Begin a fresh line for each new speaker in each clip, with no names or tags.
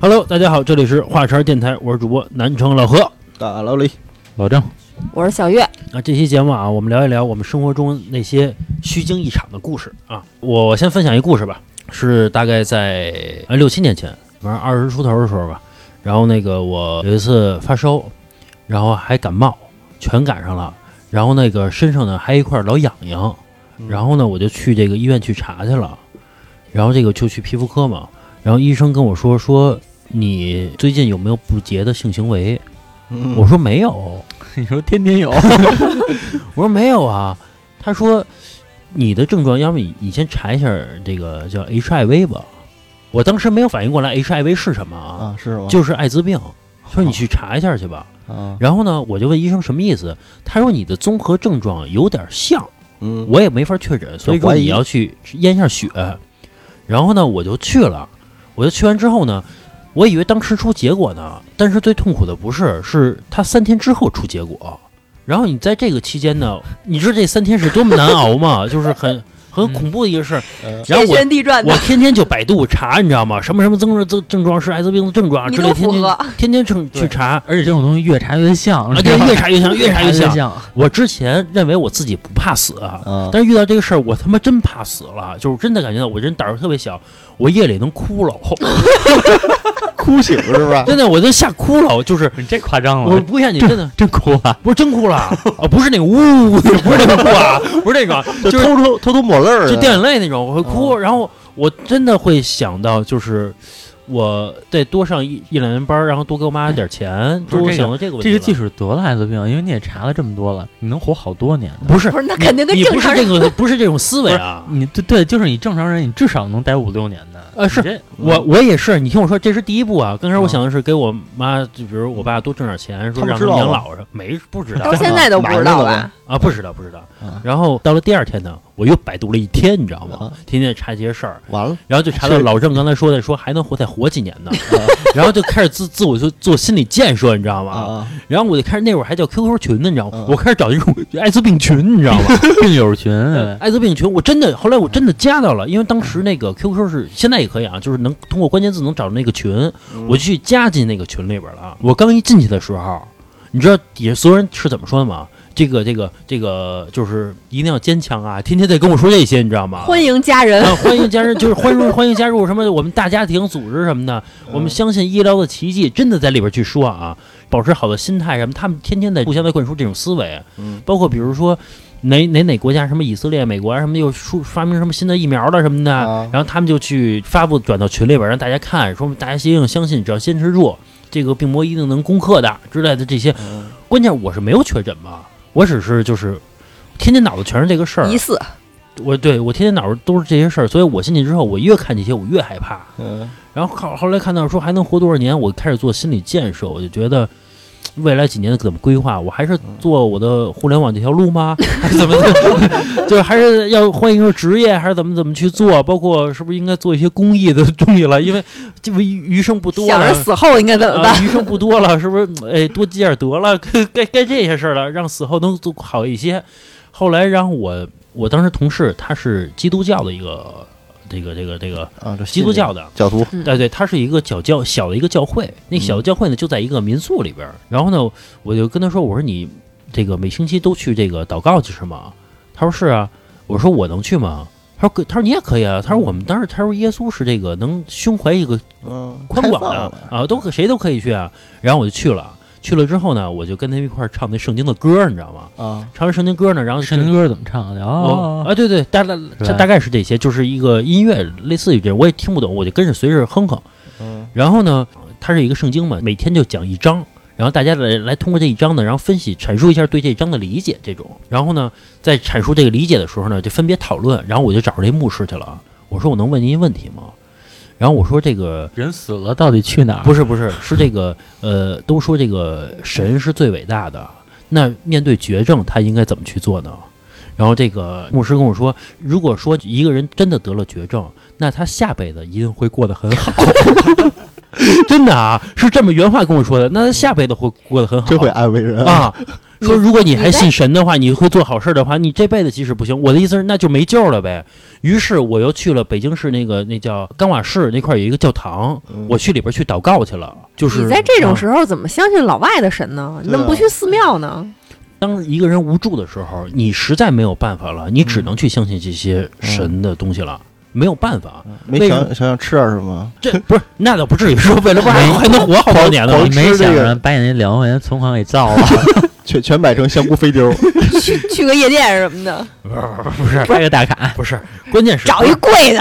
Hello，大家好，这里是华晨电台，我是主播南城老何。
大老李，
老郑，
我是小月，
那这期节目啊，我们聊一聊我们生活中那些虚惊一场的故事啊。我先分享一故事吧，是大概在呃六七年前，反正二十出头的时候吧。然后那个我有一次发烧，然后还感冒，全赶上了。然后那个身上呢还一块老痒痒，然后呢我就去这个医院去查去了，然后这个就去皮肤科嘛。然后医生跟我说说你最近有没有不洁的性行为？
嗯
我说没有。
嗯 你说天天有，
我说没有啊，他说你的症状，要么你你先查一下这个叫 HIV 吧。我当时没有反应过来 HIV 是什么啊，
啊，是吗？
就是艾滋病。他说你
哦
去查一下去吧。
哦
啊，
然后呢，我就问医生什么意思，他说你的综合症状有点像，
嗯，
我也没法确诊，所以说
怀疑
你要去验一下血。然后呢，我就去了，我就去完之后呢，我以为当时出结果呢，但是最痛苦的不是，是他三天之后出结果。然后你在这个期间呢，你知道这三天是多么难熬吗？ 就是很很恐怖的一个事儿。然后
天
我
旋地转
我
的，
天天就百度查，你知道吗？什么什么症状症症状是艾滋病的症状啊
你
之类，
都
天
符
天
合。
天天去去查，
而且这种东西越查越像，
啊，
是
对，
吧
越查越像，越查越像。
像。
我之前认为我自己不怕死啊，
啊，
但是遇到这个事儿，我他妈真怕死了，就是真的感觉到我人胆儿特别小，我夜里能哭了，
哭醒是吧？
真的我都吓哭了，就是
你这夸张
我
了，
不骗你， 真的
真哭啊！
不是真哭了啊，不是那个呜，不是那个哭啊， 不是那个，就是
偷偷偷偷抹泪儿
就
的
掉眼泪那种，我会哭，然后我真的会想到就是。我得多上一一两年班儿，然后多给我妈点钱，
不
就是我
这个
想到这个问题
这
了。
个技术得了艾滋病，因为你也查了这么多了，你能活好多年的。
不是
不是，那肯定跟
你
正
不是
常
这
人
个不是这种思维啊，
你对对，就是你正常人，你至少能待五六年的。
呃是
你这
我
嗯
我也是，你听我说，这是第一步啊。刚开始我
嗯
想的是给我妈，就比如我爸多挣点钱，说
他们
让
知
们
道
养
吗
老上，没不知道
到现在都不知道
买了
吧？
啊，不知道不知道
啊。
然后到了第二天呢，我又百度了一天，你知道吗
啊？
天天查这些事儿，
完了，
然后就查到
是啊
老郑刚才说的，说还能活再活几年呢， 然后就开始自自我就做心理建设，你知道吗？
啊，
然后我就开始那会儿还叫 QQ 群呢，你知道吗
啊？
我开始找那种艾滋病群，你知道吗？
病友 群，
嗯
哎
艾滋病群，我真的后来我真的加到了，因为当时那个 QQ 是现在也可以啊，就是能通过关键字能找到那个群，
嗯
我就去加进那个群里边了。啊我刚一进去的时候，你知道底下所有人是怎么说的吗？这个这个这个就是一定要坚强啊！天天在跟我说这些，你知道吗？
欢迎家人，
啊，欢迎加入， 就是欢迎欢迎加入什么我们大家庭组织什么的，
嗯
嗯
我们相信医疗的奇迹，真的在里边去说啊，保持好的心态什么，他们天天在互相在灌输这种思维，
嗯
包括比如说哪哪哪国家，什么以色列、美国啊什么又出发明什么新的疫苗了什么的，
啊
然后他们就去发布转到群里边让大家看，说大家一定相信，只要坚持住，这个病魔一定能攻克的之类的这些。
嗯
关键我是没有确诊嘛，我只是就是天天脑子全是这个事儿
疑，似
我对我天天脑子都是这些事儿，所以我进去之后，我越看这些我越害怕。
嗯，
然后后后来看到说还能活多少年，我开始做心理建设，我就觉得未来几年怎么规划，我还是做我的互联网这条路吗？还是怎么的？就是 还是要换一个职业，还是怎么怎么去做？包括是不是应该做一些公益的东西了？因为这不余余生不多
想着
了。
死后应该怎么
啊
办？，
余生不多了，是不是？哎，多积点德了，该该这些事儿了，让死后能做好一些。后来，然后我我当时同事他是基督教的一个这个这个这个
啊，这
基督教的，
教徒
嗯
呃对对，它是一个小教小的一个教会，那小教会呢就在一个民宿里边儿。然后呢，我就跟他说，我说你这个每星期都去这个祷告去是吗？他说是啊。我说我能去吗？他说可他说你也可以啊。他说我们当时他说耶稣是这个能胸怀一个
嗯，
宽广
开放
的
了
啊，都可谁都可以去啊。然后我就去了，去了之后呢，我就跟他们一块儿唱那圣经的歌儿，你知道吗？
啊，
唱完圣经歌呢，然后
圣经歌怎么唱的？
哦
哦，
啊，对对，大概
是
这
吧
大概是这些，就是一个音乐，类似于这，我也听不懂，我就跟着随着哼哼。
嗯
然后呢，它是一个圣经嘛，每天就讲一章，然后大家来来通过这一章呢，然后分析阐述一下对这一章的理解这种。然后呢，在阐述这个理解的时候呢，就分别讨论。然后我就找着这牧师去了，啊我说我能问您一问题吗？然后我说这个
人死了到底去哪儿？
不是不是是这个呃，都说这个神是最伟大的，那面对绝症他应该怎么去做呢？然后这个牧师跟我说，如果说一个人真的得了绝症，那他下辈子一定会过得很好。 真的啊，是这么原话跟我说的。那他下辈子会过得很好，
真会安慰人
啊。说如果你还
你在
信神的话，你会做好事的话，你这辈子即使不行，我的意思是那就没救了呗。于是我又去了北京市那个那叫冈瓦市那块儿有一个教堂，
嗯
我去里边去祷告去了。就是嗯
你在这种
啊
时候怎么相信老外的神呢？你
对啊
怎么不去寺庙呢？
当一个人无助的时候，你实在没有办法了，你只能去相信这些神的东西了，
嗯
没有办法。
没
为
想
什
想想吃点什么？
这不是那倒不至于说 为了不然还能活好多年呢。
狂
你没
吃这
想
个
着把你那两万块钱存款给造了？
全全摆成香菇飞丢，
去
啊
去个夜店什么的，
不是
拍个大卡，
不是，关键是
找一贵 的，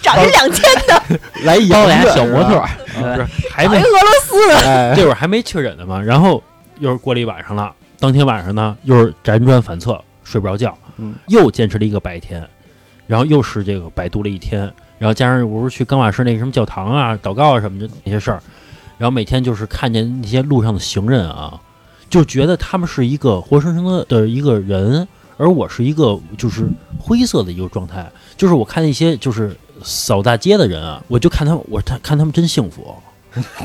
找一两千的，
来一
包俩
洋的
小模特儿，，
不 是还
找
没
一俄罗斯 的。
是吧哎，
这会儿还没确诊呢嘛，然后又是过了一晚上了，当天晚上呢又是辗转反侧，睡不着觉，
嗯
又坚持了一个白天，然后又是这个百度了一天，然后加上我不是去冈瓦市那个什么教堂啊、祷告啊什么的那些事儿，然后每天就是看见那些路上的行人啊，就觉得他们是一个活生生的的一个人，而我是一个就是灰色的一个状态，就是我看那些就是扫大街的人啊，我就看他们，我他看他们真幸福。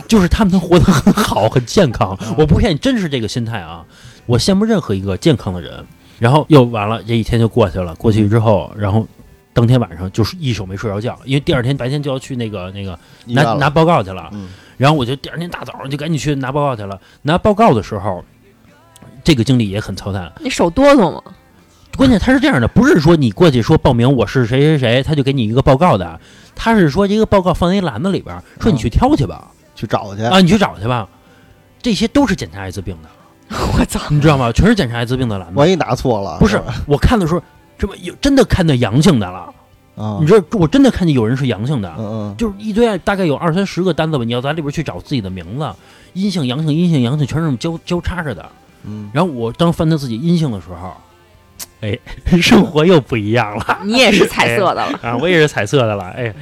就是他们能活得很好，很健康。我不骗你，真是这个心态啊！我羡慕任何一个健康的人。然后又完了，这一天就过去了。过去之后，然后当天晚上就是一宿没睡着觉，因为第二天白天就要去那个那个
一
拿
样
拿报告去了。
嗯
然后我就第二天大早上就赶紧去拿报告去了。拿报告的时候，这个经理也很操蛋。
你手哆嗦吗？
关键他是这样的，不是说你过去说报名我是谁谁谁，他就给你一个报告的。他是说一个报告放在一篮子里边儿，说你去挑去吧，
去找去，
啊，你去找去吧。这些都是检查艾滋病的，
我操！
你知道吗？全是检查艾滋病的篮子。
万一拿错了，
不是
吧
我看的时候，这么有真的看到阳性的了。
啊
你，知道，我真的看见有人是阳性的，
嗯嗯，
就是一堆大概有二三十个单子吧，你要在里边去找自己的名字，阴性、阳性、阴性、阳性，全是这么交交叉着的。
嗯，
然后我当翻到自己阴性的时候，哎，生活又不一样了
你也是彩色的了，
啊！我也是彩色的了，哎，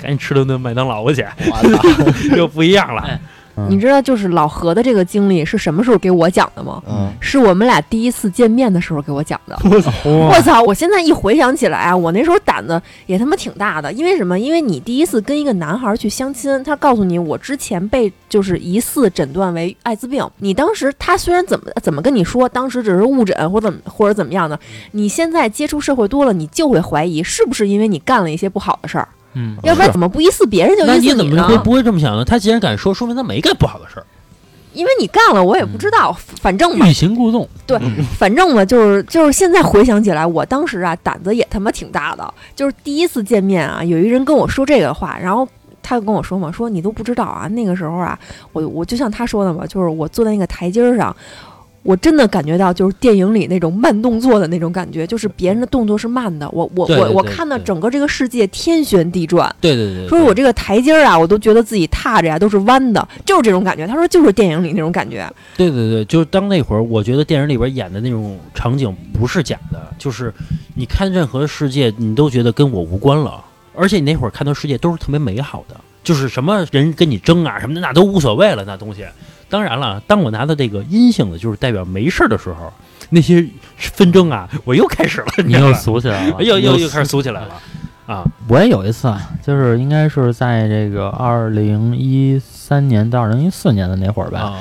赶紧吃了顿麦当劳去，
完了，啊
又不一样
哎
了。
你知道就是老何的这个经历是什么时候给我讲的吗？
嗯，
是我们俩第一次见面的时候给我讲的。
哇
我操！我现在一回想起来啊，我那时候胆子也他妈挺大的，因为什么？因为你第一次跟一个男孩去相亲，他告诉你我之前被就是疑似诊断为艾滋病，你当时他虽然怎么怎么跟你说，当时只是误诊或怎么或者怎么样的，
嗯
你现在接触社会多了，你就会怀疑是不是因为你干了一些不好的事儿，
嗯，
要不然怎么不疑似别人就
那
疑似
怎么
呢
会？不会这么想呢？他既然敢说，说明他没干不好的事儿。
因为你干了，我也不知道，反正嘛，
欲擒故纵，
对，
嗯
反正嘛，就是就是现在回想起来，我当时啊胆子也他妈挺大的，就是第一次见面啊，有一人跟我说这个话，然后。他就跟我说嘛，说你都不知道啊，那个时候啊，我我就像他说的嘛，就是我坐在那个台阶儿上，我真的感觉到就是电影里那种慢动作的那种感觉，就是别人的动作是慢的，我我
对
我
对
我
对
看到
对
整个这个世界天旋地转，
对对对
说我这个台阶儿啊，我都觉得自己踏着呀、都是弯的，就是这种感觉。他说就是电影里那种感觉，
对对对，就是当那会儿，我觉得电影里边演的那种场景不是假的，就是你看任何世界，你都觉得跟我无关了。而且你那会儿看到世界都是特别美好的，就是什么人跟你争啊什么的，那都无所谓了，那东西。当然了，当我拿到这个阴性的，就是代表没事儿的时候，那些纷争啊，我又开始了，你
你
知道
又
吧？
俗起来了，
又又又开始
俗。
俗起来了啊！
我也有一次，啊，就是应该是在这个二零一三年到二零一四年的那会儿
啊
吧，
啊，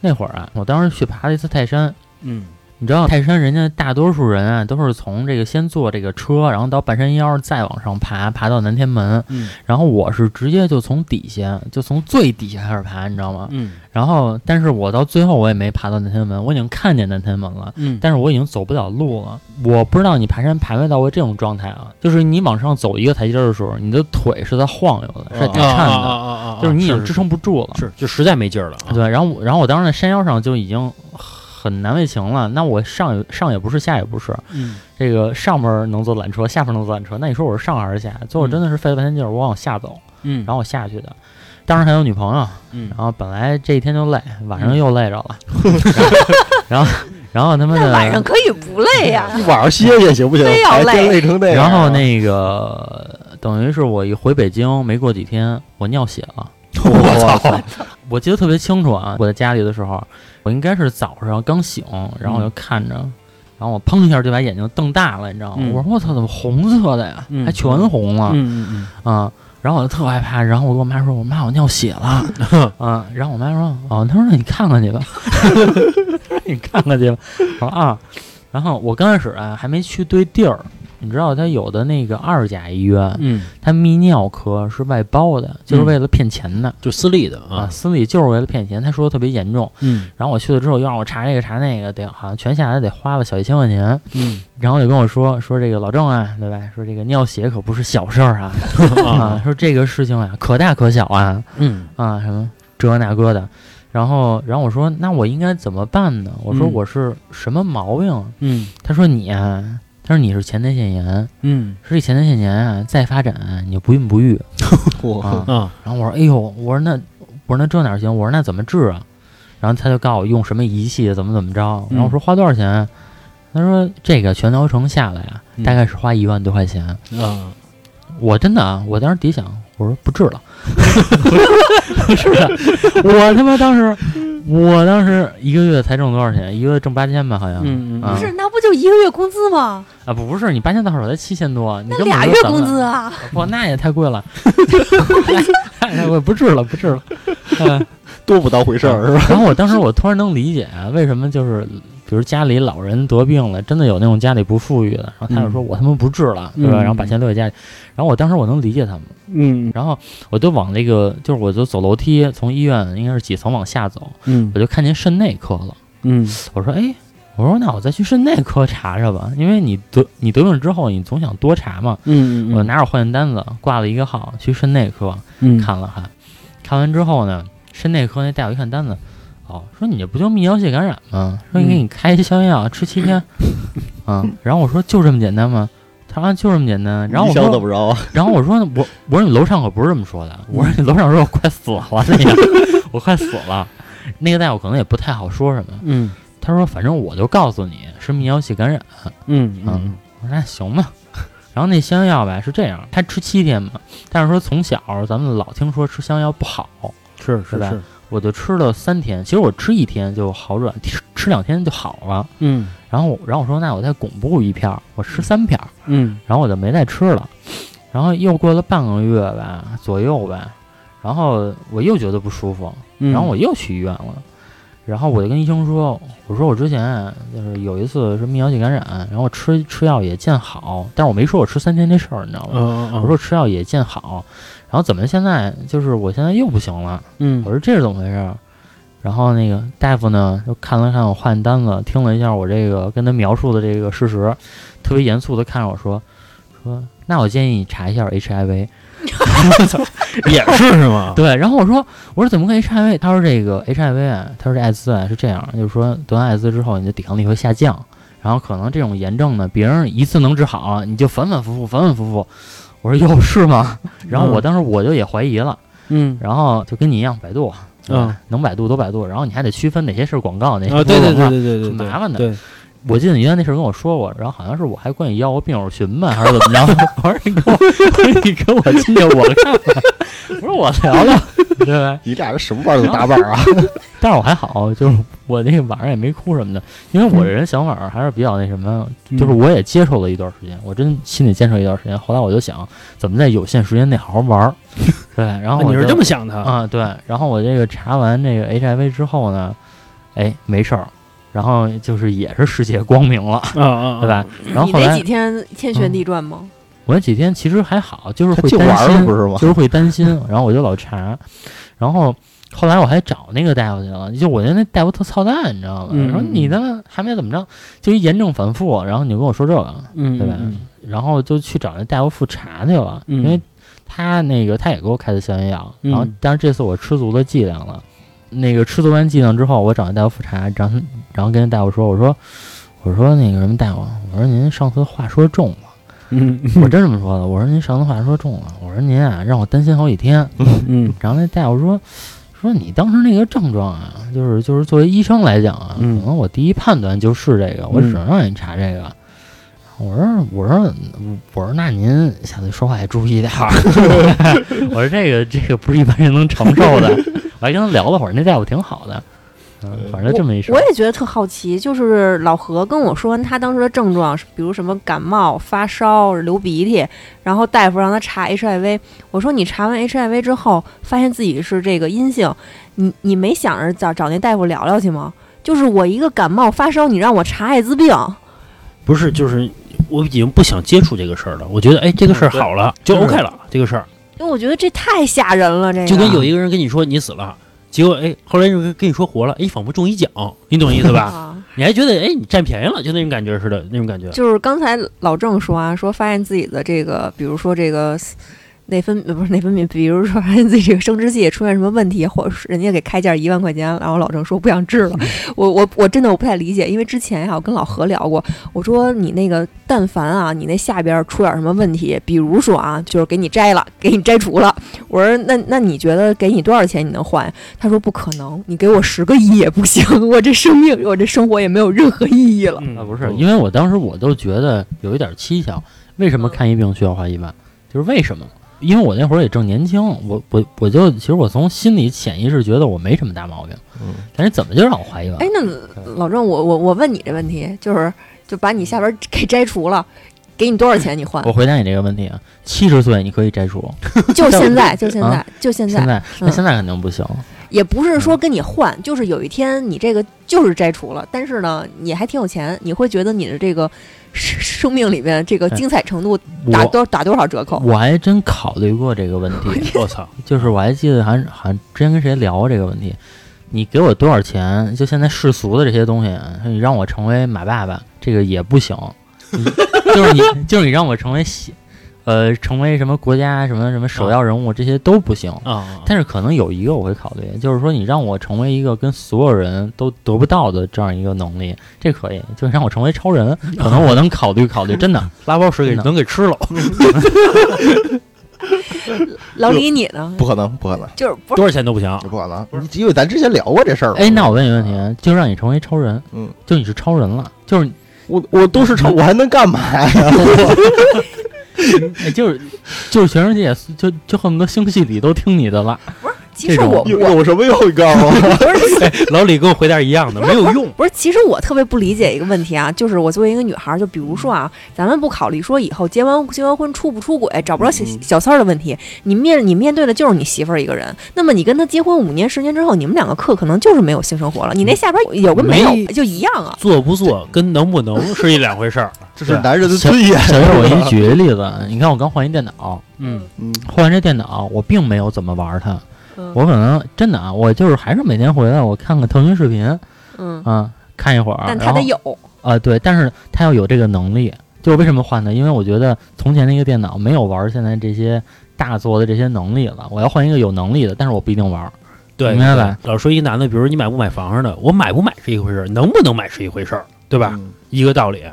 那会儿啊，我当时去爬了一次泰山，
嗯，
你知道泰山人家大多数人啊，都是从这个先坐这个车，然后到半山腰，再往上爬，爬到南天门。
嗯
然后我是直接就从底下，就从最底下开始爬，你知道吗？
嗯
然后，但是我到最后我也没爬到南天门，我已经看见南天门了。
嗯，
但是我已经走不了路了。我不知道你爬山爬没到过这种状态啊，就是你往上走一个台阶儿的时候，你的腿是在晃悠的，是在
啊
打颤的，
嗯啊
就是你已经支撑不住了。
是就实在没劲儿了啊。
对，然后我，然后我当时在山腰上就已经很难为情了。那我上也上也不是，下也不是，
嗯
这个上面能坐缆车，下面能坐缆车。那你说我是上还是下？最后真的是费了半天劲儿，我往下走，
嗯，
然后我下去的。当时还有女朋友，
嗯
然后本来这一天就累，晚上又累着 了，然后然后他妈
那
的
晚上可以不累呀、
一晚上歇歇行不行？
非要
还
累
真累成
啊
那样，
然后那个等于是我一回北京没过几天，我尿血了。
我操，
我记得特别清楚啊，我在家里的时候，我应该是早上刚醒，然后我就看着，然后我砰一下就把眼睛瞪大了，你知道吗？
嗯
我说我操，怎么红色的呀？
嗯
还全红了、
嗯嗯嗯
啊！然后我就特害怕，然后我跟我妈说，我妈我尿血了，啊，然后我妈说，哦，她说那你看看去吧， 她说你看看去吧，我说啊，然后我刚开始啊还没去对地儿，你知道他有的那个二甲医院，
嗯，
他泌尿科是外包的，就是为了骗钱的、
就私立的
啊，
啊，
私立就是为了骗钱，他说的特别严重。
嗯
然后我去了之后，又让我查这个查那个，得好像全下来得花了小一千块钱。
嗯
然后就跟我说说这个老郑啊，对吧？说这个尿血可不是小事儿啊，啊
啊，
说这个事情啊可大可小啊
嗯
啊什么这那个的。然后然后我说那我应该怎么办呢？我说
嗯
我是什么毛病啊？
嗯
他说你啊，他说你是前列腺炎，
嗯
说这前列腺炎啊再发展啊你就不孕不育
我
啊。
啊
然后我说，哎呦，我说那我说那这哪行？我说那怎么治啊？然后他就告诉我用什么仪器，怎么怎么
嗯
着。然后我说花多少钱啊？他说这个全疗程下来啊，
嗯
大概是花一万多块钱。
啊，
我真的啊，我当时底想，我说不治了，不是的，我他妈当时，我当时一个月才挣多少钱？一个月挣八千吧，好像。
嗯嗯
啊
不是，那不就一个月工资吗？
啊，不是，你八千到手才七千多，你
那
根本
俩
就
月
攒不
工
了
资 啊！
哇，那也太贵了， 太太贵，不治了，不治了。嗯
多不当回事儿是吧？
然后我当时我突然能理解啊为什么就是，比如家里老人得病了，真的有那种家里不富裕的，然后他就说
嗯
我他妈不治了，对吧？
嗯
然后把钱留给家里。然后我当时我能理解他们，
嗯
然后我就往那个就是我就走楼梯，从医院应该是几层往下走，
嗯
我就看见肾内科了。
嗯
我说哎，我说那我再去肾内科查查吧，因为你得你得病之后，你总想多查嘛。
嗯
我拿着化验单子挂了一个号去肾内科，
嗯
看了看，看完之后呢，肾内科那大夫一看单子，哦，说你这不就泌尿系感染吗？说
嗯
给你开一消炎药，吃七 天，啊，然后我说就这么简单吗？他说啊就这么简单。然后我
医生怎
说，
么着啊？
然后我说我我说你楼上可不是这么说的，我说你楼上说我快死了那个， 我快死了。那个大夫可能也不太好说什么，
嗯
他说反正我就告诉你是泌尿系感染。
嗯嗯
我说那行吧。然后那香药吧是这样，他吃七天嘛，但是说从小咱们老听说吃香药不好，
是是
对吧
是
我就吃了三天，其实我吃一天就好转，吃吃两天就好了。
嗯
然后我，然后我说那我再巩固一片儿，我吃三片儿，
嗯
然后我就没再吃了。然后又过了半个月吧左右吧，然后我又觉得不舒服，
嗯，
然后我又去医院了。然后我就跟医生说：“我说我之前就是有一次是泌尿系感染，然后我吃吃药也见好，但是我没说我吃三天这事儿，你知道吗？
嗯
我说吃药也见好，然后怎么现在就是我现在又不行了？
嗯
我说这是怎么回事儿？啊然后那个大夫呢，就看了看我换单子，听了一下我这个跟他描述的这个事实，特别严肃的看着我说：“说那我建议你查一下 HIV。
也是是”吗？
对，然后我说：“我说怎么个 HIV？” 他说：“这个 HIV 啊，他说这艾滋啊是这样，就是说得完艾滋之后，你的抵抗力会下降，然后可能这种炎症呢，别人一次能治好，你就反反复复，反反复复。”我说：“哟，是吗？” 然后我当时我就也怀疑了。
嗯
然后就跟你一样百度，啊对
嗯
吧能百度都百度，然后你还得区分哪些是广告，哪些
啊，
是
对对
广告
对。对对对，
很麻烦的
对，
我记得你原来那事儿跟我说过，然后好像是我还管你要过病友群吧，还 是怎么着？我说你跟我，我说你跟我进去，我看看。我说我聊聊， 对吧？
你俩这什么腕儿都搭腕儿啊？
但是我还好，就是我那个晚上也没哭什么的，因为我这人想法还是比较那什么，
嗯
就是我也接受了一段时间，我真心里坚持了一段时间。后来我就想，怎么在有限时间内好好玩儿，对。然后
啊
我
你是
就
这么想的？
啊，对。然后我这个查完这个 HIV 之后呢，哎，没事儿，然后就是也是世界光明了，
啊啊，
对吧？然后
你
后
那
来嗯
几天天旋地转吗？
我那几天其实还好，就是
他
会
就
担
玩儿
心，
了不是吗？
就是会担心，然后我就老查，然后。后来我还找那个大夫去了，就我觉得那大夫特操蛋，你知道吗？
嗯
说你他妈还没怎么着，就一炎症反复，然后你就跟我说这个，
嗯，
对吧？然后就去找那大夫复查去了，
嗯
因为他那个他也给我开的消炎药，
嗯
然后但是这次我吃足了剂量了，那个吃足完剂量之后，我找那大夫复查， 然后然后跟那大夫说，我说我说那个什么大夫，我说您上次话说重了，
嗯
我真这么说的，我说您上次话说重了，我说您啊让我担心好几天，
嗯
然后那大夫说。说你当时那个症状啊，就是就是作为医生来讲啊，
嗯
可能我第一判断就是这个，我只能让你查这个。我说我说我说那您下次说话也注意点儿。 我说这个这个不是一般人能承受的。我还跟他聊了会儿，那大夫挺好的。嗯反正这么一事
我
儿，
也觉得特好奇，就是老何跟我说完他当时的症状，比如什么感冒、发烧、流鼻涕，然后大夫让他查 HIV。我说你查完 HIV 之后，发现自己是这个阴性，你你没想着找找那大夫聊聊去吗？就是我一个感冒发烧，你让我查艾滋病，
不是，就是我已经不想接触这个事儿了。我觉得，哎，这个事儿
嗯对
好了，就
就是
OK 了。这个事儿
因为我觉得这太吓人了。这个
就跟有一个人跟你说你死了，结果哎，后来又跟跟你说活了，哎，仿佛中一奖，你懂意思吧？
啊，
你还觉得哎，你占便宜了，就那种感觉似的，那种感觉。
就是刚才老郑说啊，说发现自己的这个，比如说这个内分呃不是内分泌，比如说发现自己这个生殖器出现什么问题，或者是人家给开价一万块钱，然后老郑说不想治了。我我我真的我不太理解，因为之前呀、我跟老何聊过，我说你那个但凡啊，你那下边出点什么问题，比如说啊，就是给你摘了，给你摘除了，我说那那你觉得给你多少钱你能换？他说不可能，你给我十个亿也不行，我这生命我这生活也没有任何意义了。
嗯
啊，不是，因为我当时我都觉得有一点蹊跷，为什么看一病需要花一万？就是为什么？因为我那会儿也正年轻，我我我就其实我从心里潜意识觉得我没什么大毛病，
嗯
但是怎么就让我花一万
哎？，那
嗯
老郑，我我我问你这问题，就是就把你下
嗯
边给摘除了，给你多少钱你换
我？回答你这个问题啊，七十岁你可以摘除，
就现在，就现在
啊，
就现
现
在，
在嗯那
嗯
现在肯定不行，
也不是说跟你换，就是有一天你这个就是摘除了，但是呢，你还挺有钱，你会觉得你的这个生生命里面这个
哎
精彩程度打
我
多打多少折扣？
我还真考虑过这个问题，
我操，
就是我还记得好像好像之前跟谁聊过这个问题，你给我多少钱？就现在世俗的这些东西，你让我成为马爸爸，这个也不行。 你就是你就是你让我成为喜，呃，成为什么国家什么什么首要人物，这些都不行。
啊，
但是可能有一个我会考虑，就是说你让我成为一个跟所有人都得不到的这样一个能力，这可以。就是让我成为超人，可能我能考虑考虑，真的。
拉包屎给
真的
能给吃了，
老李，你呢？
不可能，不可能，
就是不是
多少钱都不行。
不可能，啊因为咱之前聊过这事儿嘛。
哎，那我问你个问题，就让你成为超人，
嗯，
就你是超人了，就是
我我都是超，我还能干嘛呀？
哎，就是就是全世界就就恨不得星系里都听你的了。
其实
这种
我
有
我
有什么用告诉 我？
不是
老李跟我回答一样的，没有用。
不是，其实我特别不理解一个问题啊，就是我作为一个女孩儿，就比如说啊，咱们不考虑说以后结完结完婚出不出轨，找不着小
嗯
小三儿的问题，你面你面对的就是你媳妇儿一个人。那么你跟她结婚五年、十年之后，你们两个可可能就是没有性生活了，你
嗯
那下边儿有跟没
没
有就一样啊。
做不做跟能不能是一两回事儿。
这是男人的尊严。
小月，我给你举个例子，你看我刚换一电脑，
嗯，
嗯，
换完这电脑我并没有怎么玩它，
嗯
我可能真的啊，我就是还是每天回来我看看腾讯视频
嗯，
啊，看一会儿，
但她
然
得
后
有，
啊、对，但是他要有这个能力，就是为什么换呢？因为我觉得从前那个电脑没有玩现在这些大作的这些能力了，我要换一个有能力的，但是我不一定玩。
对，
明白了
对。老说一男的，比如你买不买房似的，我买不买是一回事儿，能不能买是一回事儿，对吧？
嗯？
一个道理。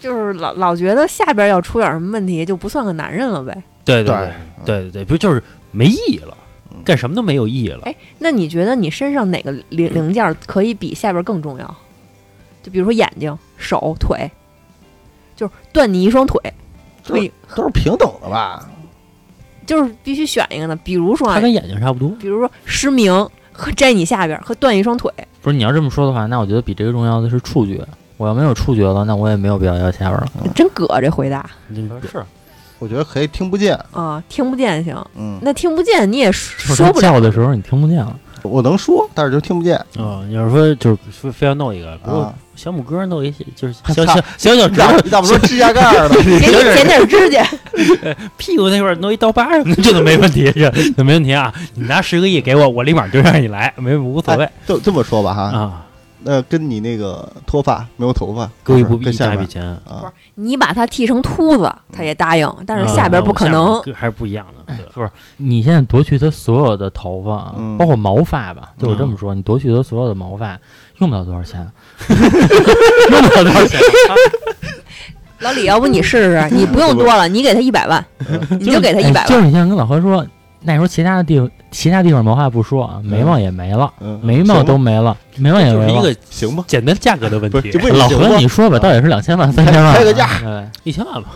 就是老老觉得下边儿要出点儿什么问题，就不算个男人了呗。
对对
对
对对对，不就是没意义了
嗯，
干什么都没有意义了。
哎，那你觉得你身上哪个零零件儿可以比下边儿更重要？就比如说眼睛、手、腿，就是断你一双腿，可以
都是平等的吧？
就是必须选一个呢。比如说啊
他，跟眼睛差不多，
比如说失明和摘你下边儿和断一双腿，
不是你要这么说的话，那我觉得比这个重要的是触觉。我要没有触觉了，那我也没有必要要下边了。
真葛这回答
是
我觉得可以听不见。
啊，听不见行。
嗯，
那听不见你也
就是
说
他
说不了
叫的时候你听不见了。
我能说，但是就听不见。
啊。你要说就是非非要弄一个，比如
嗯啊，
小拇哥弄一些，就是
我
小
操
小小小
你
指
咋
头
你咋不说指甲盖儿呢？
给你 剪点指甲，
屁股那块儿弄一刀疤什 么的，这都没问 题，这这没问题啊。你拿十个亿给我，我立马就让你来，没无所谓
就这么说吧哈，
啊。
那跟你那个脱发没有头发，
给我一部
跟
一
下
大笔
面
钱，
啊，
你把它剃成秃子，他也答应，但是下边儿
啊
不可能
下。边还是不一样
哎
的。对
你现在夺去他所有的头发，
嗯
包括毛发吧，就我
嗯
这么说，你夺去他所有的毛发，用不了多少钱，用不了多少钱。
啊
老李，要不你试试，你不用多了，你给他一百万，你就给他
哎
一百
就
万。
是你现在跟老何说，那时候其他的地其他地方毛发不说啊，眉毛也没了，
嗯，
眉毛都没了，眉毛也
就是
没
一
了。
个
行吧，
简单价格的问
不
题
是，这不是
老
行
何，
吧
你说吧，
啊
到底是两千万、三千万？
开个价
对，
一千万吧，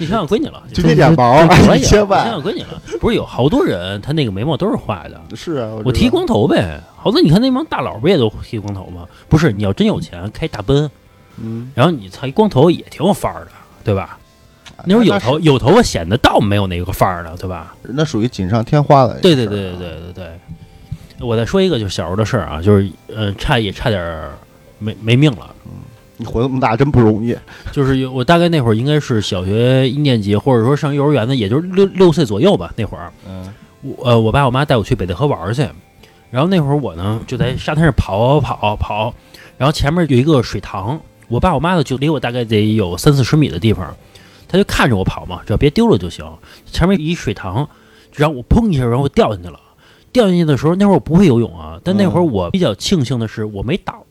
一千万归你了，
就
一
这点毛
就可
儿，一
以了
千
千
万
万归你了。不是有好多人他那个眉毛都是画的，
是啊，
我
提
剃光头呗。好多你看那帮大佬不也都剃光头吗？不是，你要真有钱开大奔，
嗯，
然后你剃光头也挺有范儿的，对吧？那时候有
是
头有头发显得倒没有那个范儿了，对吧？
那属于锦上添花了。
对啊对对对对对对。我再说一个就是小时候的事儿啊，就是呃差也差点儿没没命了。
你活这么大真不容易。
就是有我大概那会儿应该是小学一年级，或者说上幼儿园的，也就是六六岁左右吧。那会儿，
嗯
我呃，我爸我妈带我去北戴河玩儿去，然后那会儿我呢就在沙滩上跑跑跑，然后前面有一个水塘，我爸我妈呢就离我大概得有三四十米的地方，他就看着我跑嘛，只要别丢了就行。前面一水塘，然后我砰一下，然后我掉进去了。掉进去的时候，那会儿我不会游泳啊，但那会儿我比较庆幸的是我没倒。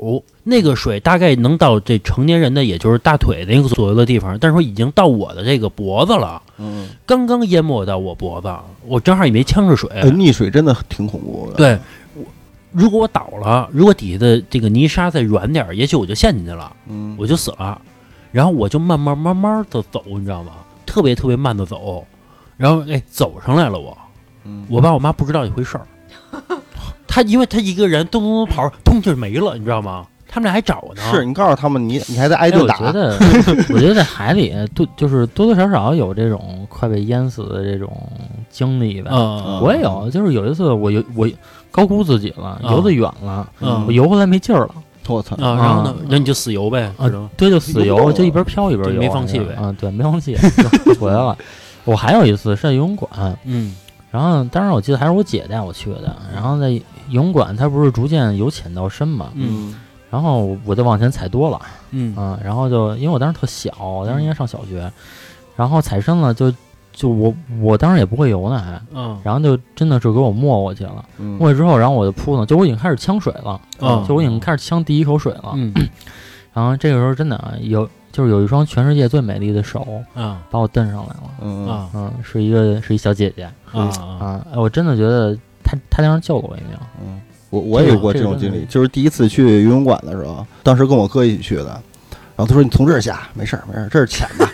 那个水大概能到这成年人的，也就是大腿那个左右的地方，但是说已经到我的这个脖子了，
嗯，
刚刚淹没到我脖子，我正好也没呛着水。
呃溺水真的挺恐怖的。
哎对，我如果我倒了，如果底下的这个泥沙再软点儿，也许我就陷进去了，
嗯，
我就死了。然后我就慢慢慢慢的走，你知道吗？特别特别慢的走，然后哎，走上来了我。
嗯
我爸我妈不知道一回事儿，他因为他一个人咚咚咚跑，通就没了，你知道吗？他们俩还找我呢。
是你告诉他们，你你还在挨
哎，
顿
我
打。
觉得， 我觉得在海里多就是多多少少有这种快被淹死的这种经历吧。
嗯，
我也有，就是有一次我游我高估自己了，
啊
游得远了，
嗯
我游回来没劲儿了，
我操，
啊，然后呢，然后你就死游呗，
啊
知道吗？
对，就死
游不
游，
动
就一边飘一边游，
就没放弃呗
啊，对，没放弃，就回来了。我还有一次是在游泳馆，
嗯
然后当时我记得还是我姐带我去的，然后在游泳馆，它不是逐渐由浅到深嘛，
嗯
然后我我就往前踩多了，
嗯
嗯，然后就因为我当时特小，我当时应该上小学，然后踩深了就就我我当时也不会游呢还，
嗯
然后就真的是给我没过去了，
嗯，
没过去之后，然后我就扑腾，就我已经开始呛水了，
嗯
就我已经开始呛第一口水了，
嗯
然后这个时候真的啊有就是有一双全世界最美丽的手
啊
把我蹬上来了，
嗯
啊
嗯，是一个是一小姐姐
啊
啊，哎我真的觉得她她当时救了我一命，
嗯，我我也有过这种经
这
历，
个
就是第一次去游泳馆的时候，当时跟我哥一起去的，然后他说你从这儿下，没事儿没事儿，这是浅的。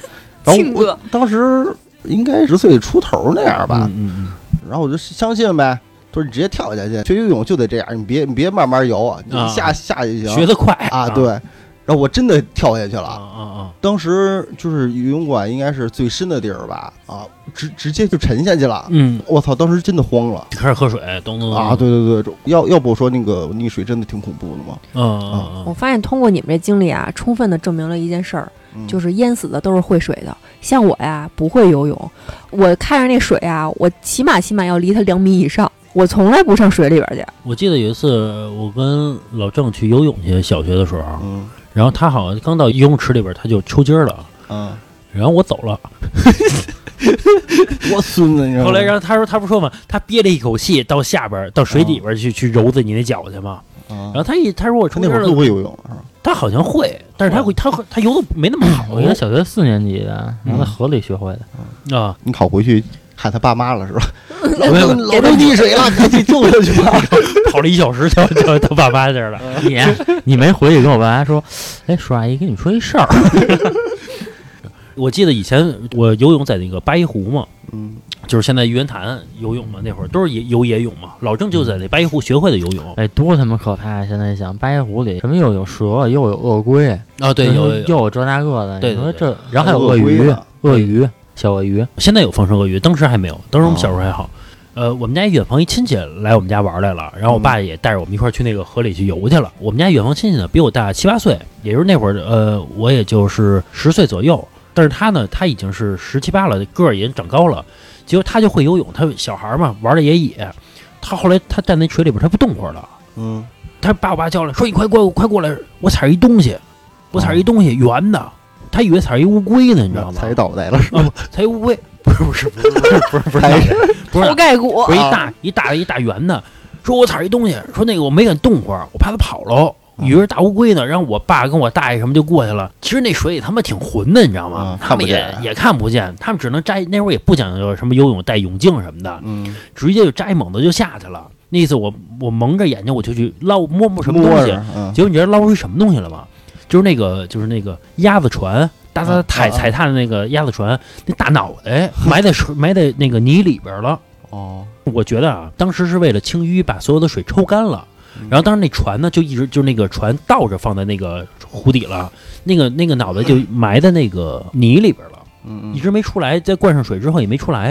然后
庆
我
哥
当时应该十岁出头那样吧，
嗯
然后我就相信呗，他说你直接跳下去，学游泳就得这样，你别你别慢慢游，你
啊
一下、下去就
嗯，学
行
得快
啊，对。然后我真的跳下去
啊
了，
啊
当时就是游泳馆应该是最深的地儿吧，啊，直直接就沉下去了。
嗯，
我操，当时真的慌了
开始喝水，咚咚咚
啊！，对对对，要要不说那个溺水真的挺恐怖的嘛。
嗯嗯
啊
我
嗯，
发现通过你们这经历啊，充分的证明了一件事儿，
嗯
就是淹死的都是会水的。像我呀，不会游泳，我看着那水啊，我起码起码要离它两米以上，我从来不上水里边 去。
我记得有一次我跟老郑去游泳去，小学的时候，
嗯
然后他好像刚到游泳池里边他就抽筋儿了，
嗯，
然后我走了。
多孙子，你知道吗？
后来，然后他说，他不说嘛，他憋了一口气到下边儿，到水底边
嗯
儿去、去揉自己那脚去嘛。
然
然后他一他说我
他
抽
嗯
筋
那啊会
儿
儿会
了，
不会游泳是吧？
他好像会，但是他会他会他游的没那么好
嗯
我应该小学四年级的，然后在河里学会的。
啊。
你考回去喊他爸妈了是吧？
老郑
老郑溺水了，赶紧救下去吧！
跑了一小时到到到爸妈那儿了。
你啊你没回去跟我爸妈说，哎，叔阿姨跟你说一事儿，
我记得以前我游泳在那个八一湖嘛，
嗯，
就是现在玉渊潭游泳嘛，那会儿都是野游野泳嘛。老郑就在那八一湖学会的游泳
哎，多他妈可怕呀！现在一想，八爷湖里什么又有蛇，又有鳄龟，
啊，对，
然后
有有
又有这那个的，
对
你说
对
这，然后还有鳄
鳄龟
鱼
呢，
鳄鱼，小鳄鱼，
现在有放生鳄鱼，当时还没有，当时我们
哦
小时候还好。呃，我们家一远房一亲戚来我们家玩来了，然后我爸也带着我们一块儿去那个河里去游去了。我们家远房亲戚呢比我大七八岁，也就是那会儿呃我也就是十岁左右，但是他呢他已经是十七八了，个儿已经长高了，结果他就会游泳，他小孩儿嘛玩的也野，他后来他站那水里边他不动会儿了，
嗯，
他把我爸叫来，说你快过快过来，我踩着一东西，我踩着一东西圆的，他以为踩着一乌龟呢，你知道吗？
踩倒袋了，
才乌龟，不是不是不是不是不是 不是
踩
不是
头盖骨
啊
不是一大一大一大圆的，说我踩一东西，说那个我没敢动会儿，我怕它跑喽，
啊
鱼儿大乌龟呢，然后我爸跟我大爷什么就过去了。其实那水里他妈挺浑的，你知道吗
嗯？
他们
看不
也
见
也看不见，他们只能摘。那会儿也不讲究什么游泳戴泳镜什么的，
嗯，
直接就摘猛子就下去了。那意思我我蒙着眼睛我就去捞摸摸什么
摸
东西，
着，嗯，
结果你知道捞出一什么东西了吗？就是那个就是那个鸭子船，大大
啊
踩
啊啊
踩踏的那个鸭子船，那大脑袋埋在水埋在那个泥里边了。
哦，
我觉得啊，当时是为了清淤，把所有的水抽干了。
嗯
然后当时那船呢，就一直就是那个船倒着放在那个湖底了，那个那个脑袋就埋在那个泥里边了，
嗯
一直没出来。再灌上水之后也没出来，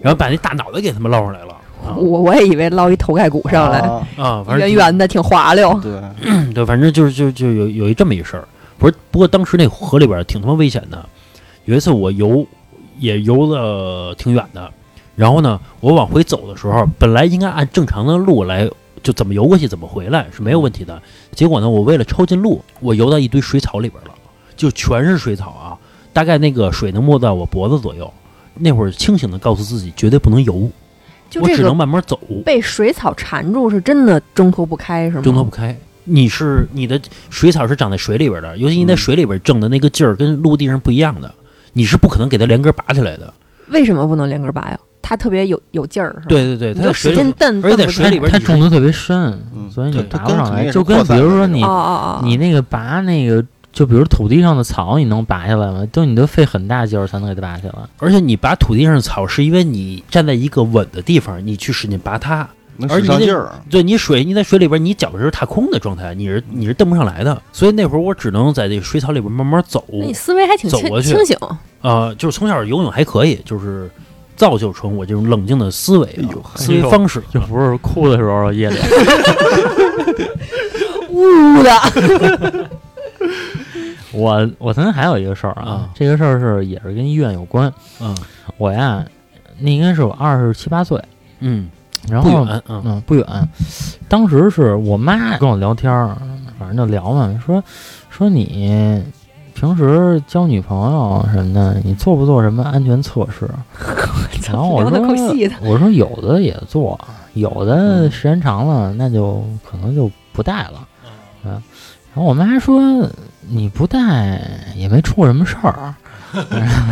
然后把那大脑袋给他们捞上来了。啊
哦
我我也以为捞一头盖骨上来，哦
啊
啊，反正
圆
就
圆的，挺滑溜。
对，
对，反正就是就就有有一这么一事儿，不是？不过当时那河里边儿挺他妈危险的。有一次我游也游的挺远的，然后呢，我往回走的时候，本来应该按正常的路来，就怎么游过去怎么回来是没有问题的。结果呢，我为了抄近路，我游到一堆水草里边儿了，就全是水草啊，大概那个水能没到我脖子左右。那会儿清醒的告诉自己绝对不能游，
就
我
这
只
个
能慢慢走。
被水草缠住是真的挣脱不开，是吗？
挣脱不开。你是你的水草是长在水里边的，尤其你在
嗯
水里边挣的那个劲儿跟陆地上不一样的，你是不可能给它连根拔起来的。
为什么不能连根拔呀？它特别有有劲儿，是吧？，
对对对，
你
它在
就
水
使
里
劲蹬，
而且在
蹬不
水
开
里边
它
你是
中毒特别深，
嗯
所以你
对它
拔不
跟
上
肯
来。
定
就是跟
扩
比
散
如
的
说
这
你
哦哦哦，
你那个拔那个，就比如土地上的草，你能拔下来吗？就你都费很大劲儿才能给它拔下来。
而且你拔土地上的草，是因为你站在一个稳的地方，你去使劲拔它。
能
而
使
你
上
那
劲儿，
对你水，你在水里边，你脚是踏空的状态，你是你是蹬不上来的。所以那会儿我只能在这个水草里边慢慢走。
那你思维还挺
走过
清
去
清醒，
呃，就是从小游泳还可以，就是造就成我这种冷静的思维啊、
哎呦
思维方式啊。
就不是哭的时候 夜里。
呜的。
我我曾经还有一个事儿啊
啊，
这个事儿是也是跟医院有关。
嗯
我呀，那应该是我二十七八岁，
嗯，
然
不
后
远嗯
嗯不远，当时是我妈跟我聊天儿，反正就聊嘛，说说你平时交女朋友什么的，你做不做什么安全测试？然后我
聊
说
得够细的
我说有的也做，有的时间长了那就可能就不带了，嗯。然后我妈说你不带也没出过什么事儿，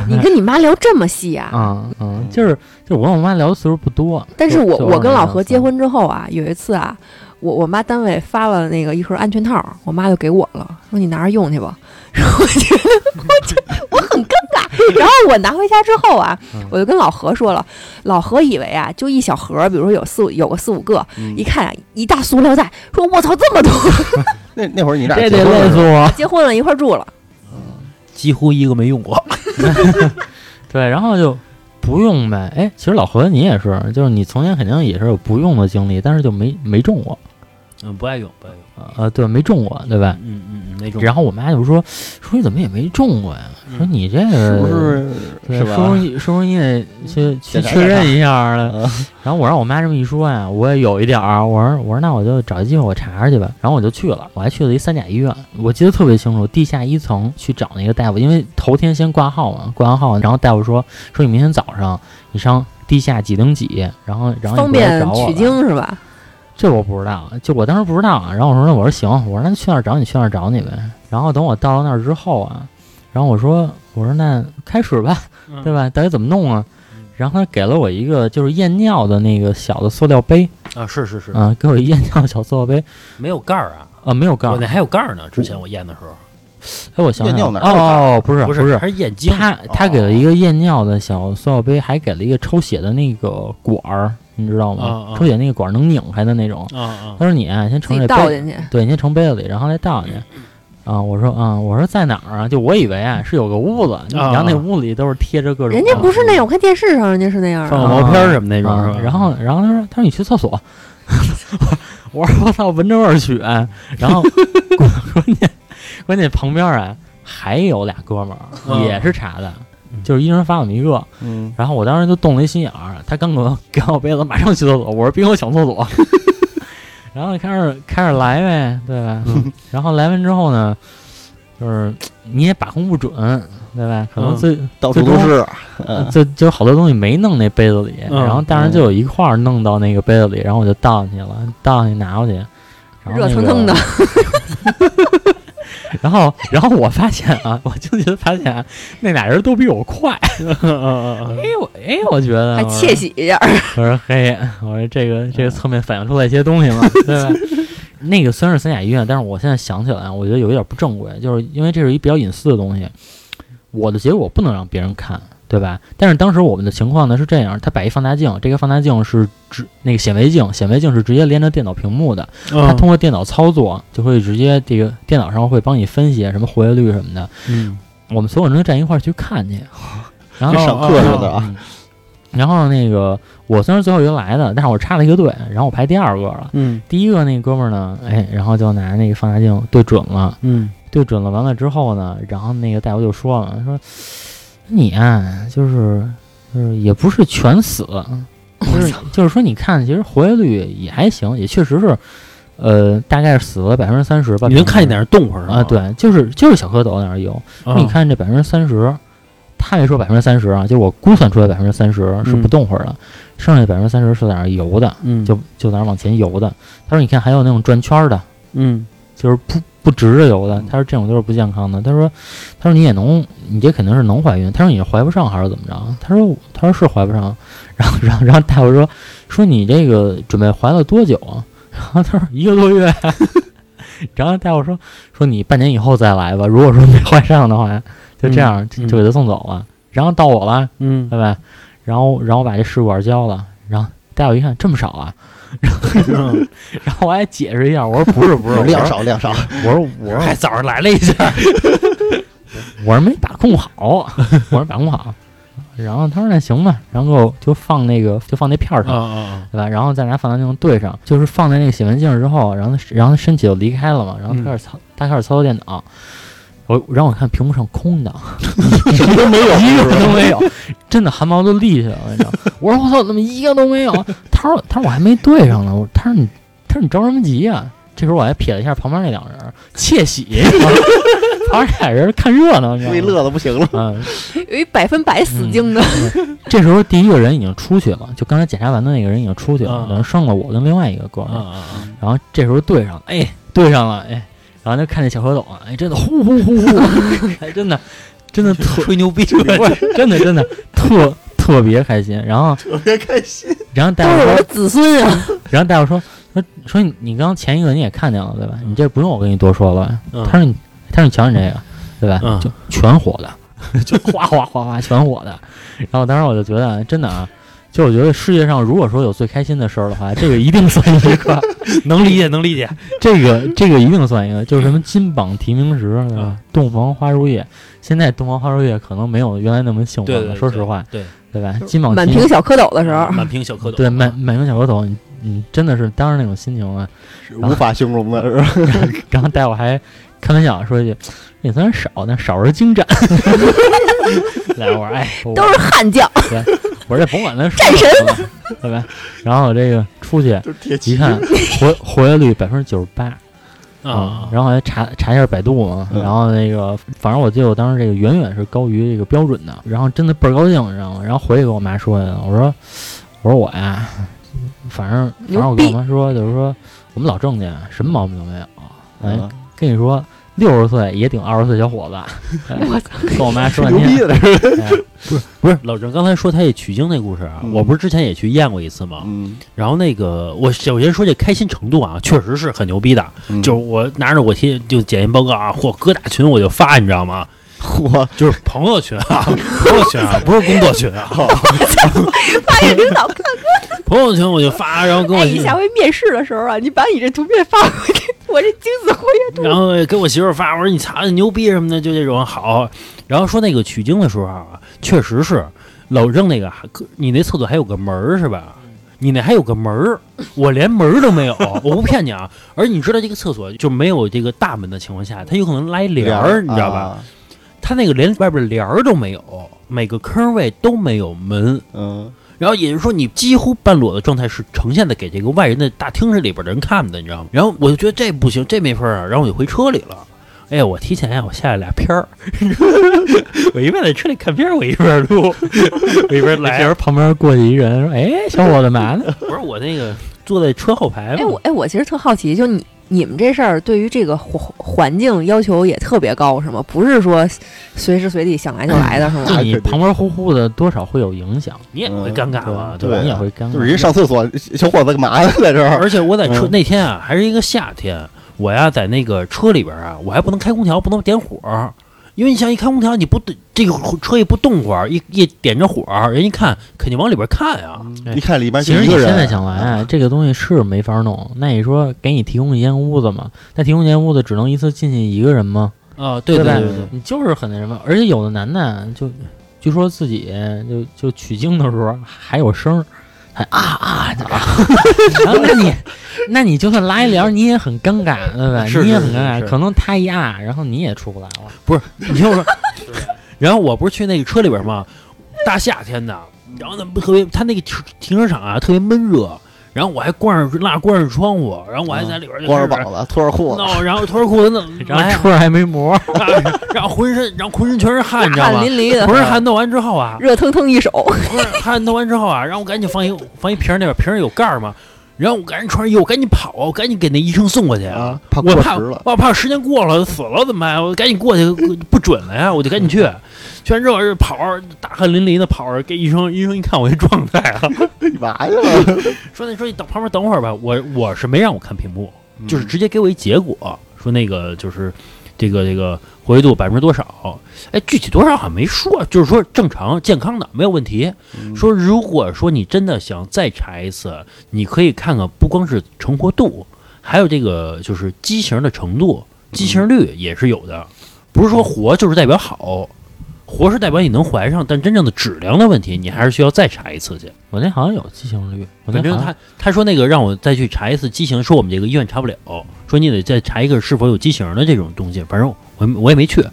你跟你妈聊这么细啊？
啊嗯，就是就是我跟我妈聊的次数不多，
但是
就
我
就
我跟老
两
何
次
结婚之后啊，有一次啊，我我妈单位发了那个一盒安全套，我妈就给我了，说你拿着用去吧。 然后我觉得我就我很尴尬，然后我拿回家之后啊
嗯，
我就跟老何说了，老何以为啊就一小盒，比如说有四五有个四五个，
嗯
一看啊一大塑料袋，说我操这么多，
那那会儿你俩
这
结
得
婚
累
了
死我。
结婚了一块儿住了，
几乎一个没用过。
对，然后就不用呗。哎，其实老何你也是，就是你从前肯定也是有不用的经历，但是就没没中过，
嗯，不爱用，不爱用。
呃，对，没中过，对吧？
嗯嗯嗯，那种。
然后我妈就说：“说你怎么也没中过呀？说
嗯
你这个
是不是
对
是
是不
吧
是？你是不是你得去去
检查
确
检查
认一下儿了？”
嗯
然后我让我妈这么一说呀，我也有一点儿，我说我说那我就找一机会我查查去吧。然后我就去了，我还去了一三甲医院，我记得特别清楚，地下一层去找那个大夫，因为头天先挂号嘛，挂完号，然后大夫说说你明天早上你上地下几零几，然后然后
方
你过来
便
找我
取
来。
经是吧？
这我不知道，就我当时不知道啊。然后我说那我说行，我说那去那儿找你，去那儿找你呗。然后等我到了那儿之后啊，然后我说我说那开始吧，
嗯
对吧？到底怎么弄啊？然后他给了我一个就是验尿的那个小的塑料杯，
啊，是是是，
啊，给我一验尿小塑料杯，
没有盖儿啊，
啊，没有盖
我
儿。
那还有盖儿呢。之前我验的时候，
哎，我想
验
想，
尿
哦
哪儿有盖啊儿
哦，不是
啊不
不是，
还是哦眼睛。
他他给了一个验尿的小塑料杯，还给了一个抽血的那个管儿，你知道吗
啊？啊
抽血那个管儿能拧开的那种。
啊啊
他说你啊，先
自
盛
己
这
倒
杯，
进去，
对，你先盛杯子里，然后再倒进去。
嗯
啊，我说啊，我说在哪儿啊？就我以为啊是有个屋子，
啊
然后那屋里都是贴着各种。
人家不是那，我看电视上人家是那样
放
的
个
啊
毛片儿什么那种是
啊
吧？
然后，然后他说，他说你去厕所。 我说我操，闻着味儿去。然后关 关键关键旁边啊还有俩哥们儿
嗯
也是查的
嗯，
就是一人发我们一个。
嗯，
然后我当时就动了一心眼儿，他刚给我 给我杯子，马上去厕所，我说别给我抢厕所。然后开始开始来呗，对吧？ 然后来完之后呢，就是你也把控不准，对吧？可能
嗯
最、
到处都是，嗯
就就好多东西没弄那杯子里，
嗯
然后但是就有一块儿弄到那个杯子里，然后我就倒进去了，倒进去拿过去，然后那个
热腾腾的。
然后，然后我发现啊，我就觉得发现啊那俩人都比我 快。哎我哎，我觉
嗯
得
还
我说
窃喜一下，
我说嘿，我说这个这个侧面反映出来一些东西嘛，对吧？ 那个虽然是三甲医院，但是我现在想起来，我觉得有一点不正规，就是因为这是一比较隐私的东西，我的结果不能让别人看，对吧？但是当时我们的情况呢是这样，他摆一放大镜，这个放大镜是直那个显微镜，显微镜是直接连着电脑屏幕的，它
嗯
通过电脑操作就会直接这个电脑上会帮你分析什么活跃率什么的，
嗯，
我们所有人都站一块儿去 看去，然后
跟上课似的啊。
嗯然后那个我虽然最后一个来的，但是我插了一个队，然后我排第二个了。
嗯
第一个那哥们儿呢，哎，然后就拿那个放大镜对准了，
嗯
对准了，完了之后呢，然后那个大夫就说了，说你啊，就是就是也不是全死，就是就是说你看，其实活跃率也还行，也确实是，呃，大概是死了百分之三十吧。
你能看见点动会儿
啊？，对，就是就是小蝌蚪在那儿游，
啊
你，看这百分之三十，他没说百分之三十啊，就是我估算出来百分之三十是不动会儿的，剩下百分之三十是在那儿游的，
嗯
就就在那儿往前游的。他说你看还有那种转圈儿的，
嗯
就是不不直着游的，他说这种都是不健康的。他说他说你也能，你这肯定是能怀孕。他说你是怀不上还是怎么着？他说他说是怀不上。然后然后然后大夫说说你这个准备怀了多久啊？ 然后他说一个多月。 然后大夫说说你半年以后再来吧，如果说没怀上的话，就这样、
嗯
就给他送走了。然后到我了，
嗯
拜拜。然后然后把这试管交了，然后大夫一看这么少啊，
嗯，
然后我还解释一下，我说不是不是，
量少 量少，
我说我说
还早上来了一下，
我是没把控好，我是把控好。然后他说那行吧，然后就放那个就放那片儿
啊
上，
啊
对吧？然后再拿放大镜对上，就是放在那个显微镜之后，然后他然后他身体就离开了嘛，然后他开始操，他开始操作电脑。我然后我看屏幕上空的， 什么都没有， 一个都没有，真的汗毛都立起来了，你知道？我说我操，怎么一个都没有？他说他说我还没对上呢，我他说你他说你着什么急呀、啊这时候我还瞥了一下旁边那两人，窃喜，你知道吗 旁边俩人看热闹，你知
估计
道吗？
乐的不行了。
嗯，
有一百分百死精的，
这时候第一个人已经出去了，就刚才检查完的那个人已经出去了，
嗯
然后剩了我跟另外一个哥
啊
们儿。
啊！
然后这时候对上了，哎，对上了，哎，然后就看见小蝌蚪啊，哎，真的呼呼呼呼，哎，真的，真的特
吹牛逼，
不是真的真的特特别开心。然后
特别开心，
然后
都是
大夫
我
说
的，子孙啊！
然后大夫说说说你你刚前一个你也看见了对吧？你这不用我跟你多说了。他
嗯
说你他说你瞧你这个对吧？
嗯
就全火的， 就哗哗哗哗全火的。然后当时我就觉得真的啊。就我觉得世界上如果说有最开心的事儿的 话，这个一定算一个，
能理解能理解，
这个这个一定算 一个，就是什么金榜题名时，对吧
啊？
洞房花烛夜，现在洞房花烛夜可能没有原来那么兴奋
对
了，
对，
说实话，，
对，
对吧？金榜
满
题
屏小蝌蚪的时候，
满屏小嗯蝌蚪，
对满满屏小蝌蚪，你你真的是当时那种心情啊。
是无法形容的，是吧？
然后带我还开玩笑说一句，也虽然少，但少而精湛。 来，我说哎，我
都是悍将，
我这甭管他
战神
什么，对吧？然后我这个出去
就是铁骑
一看，活活跃率百分之九十八。嗯
啊，
然后还查查一下百度嘛，
嗯
然后那个，反正我记得我当时这个远远是高于这个标准的，然后真的倍儿高兴，你知道吗？然后回去跟我妈说去了，我说我说我呀，反正反正我跟我妈说，就是说我们老郑家什么毛病都没有，哎，
嗯
跟你说六十岁也顶二十岁小 伙子，哎
我操！
跟我妈说半
牛逼
天，
的，是吧
哎
不是老郑刚才说他也取经那故事啊，
嗯
我不是之前也去验过一次吗？
嗯，
然后那个我首先说这开心程度啊，确实是很牛逼的，
嗯
就是我拿着我贴就检验报告啊，嚯，搁大群我就发，你知道吗？
我
就是朋友群 啊，朋友群啊，不是工作群啊，
发给领导看，
朋友群我就发，然后跟我
哎，你下回面试的时候啊，你把你这图片发过去，我这精子活跃
然后给我媳妇儿发，我说你擦牛逼什么的，就这种好。然后说那个取经的时候啊，确实是老扔那个，还你那厕所还有个门儿是吧？你那还有个门儿，我连门儿都没有，我不骗你啊。而你知道这个厕所就没有这个大门的情况下，它有可能拉一帘儿，你知道吧？？
啊
它那个连外边帘儿都没有，每个坑位都没有门。
嗯，
然后也就是说，你几乎半裸的状态是呈现的给这个外人的大厅这里边的人看的，你知道吗？然后我就觉得这不行，这没法儿啊，然后我就回车里了。哎呀，我提前呀，我下了俩片儿，我一边在车里看片儿，我一边录，我一边
这
来
时。候旁边过去一人说：“哎，小伙子嘛呢
不是我那个，坐在车后排
哎，
嘛
我。哎，我其实特好奇，就你你们这事儿对于这个环环境要求也特别高，是吗？不是说随时随地想来就来的，是
就
吗？
还
你
肯定
旁边呼呼的，多少会有影响，啊
你也会尴尬吧？
嗯
吧？
对
你也会尴尬。
就是人上厕所，小伙子干嘛呢？在这儿，
而且我在车
嗯
那天啊，还是一个夏天，我呀在那个车里边啊，我还不能开空调，不能点火儿，因为你想一开空调，你不这个车一不动会儿，一一点着火儿，人一看肯定往里边看呀、
哎
一看里边
其
就
实
一
你
个
现
人。
在想来，啊这个东西是没法弄。那你说给你提供一间屋子嘛？那提供一间屋子只能一次进去一个人吗？
啊！对
吧
对对对，
你就是很那什么。而且有的男的就据说自己就就取经的时候还有声儿，还啊啊 的。然后那你那你就算拉一聊，你也很尴尬，对吧？
是
你也
是
很尴
是
尬，
是
可能他一啊，然后你也出不来了。
不是你听我 说，然后我不是去那个车里边吗？大夏天的，然后呢不特别，他那个停停车场啊特别闷热，然后我还关上拉关上窗户，然后我还在里边就
光着
开始
膀子，脱着裤子，
闹，然后脱着裤子 弄，
然后
来
车还没膜，
然后浑身，然后浑身全是汗，你知道吗
汗？淋漓 的，
不是汗弄完之后啊，
热腾腾一手，
不是汗弄完之后啊，然后我赶紧放一放一瓶儿那边瓶儿有盖儿嘛，然后我赶紧穿上衣服，我赶紧跑啊，我赶紧给那医生送过去
啊怕
嗯我
过
怕
时了
我怕时间过了死了怎么办？我赶紧过去，不准了呀，我就赶紧去。
嗯
去完之后是跑，大汗淋漓的跑着，给医生医生一看我这状态 啊，
干嘛去
嗯
了？
说那说你等旁边等会儿吧，我我是没让我看屏幕，
嗯
就是直接给我一结果，说那个就是这个这个活跃度百分之多少，哎，具体多少好像没说，就是说正常健康的没有问题。说如果说你真的想再查一次，你可以看看不光是成活度，还有这个就是畸形的程度，畸形率也是有的，不是说活就是代表好。活是代表你能怀上，但真正的质量的问题，你还是需要再查一次去。
我那好像有畸形率，我那
反正
好像
他他说那个让我再去查一次畸形，说我们这个医院查不了，说你得再查一个是否有畸形的这种东西。反正我我也没去，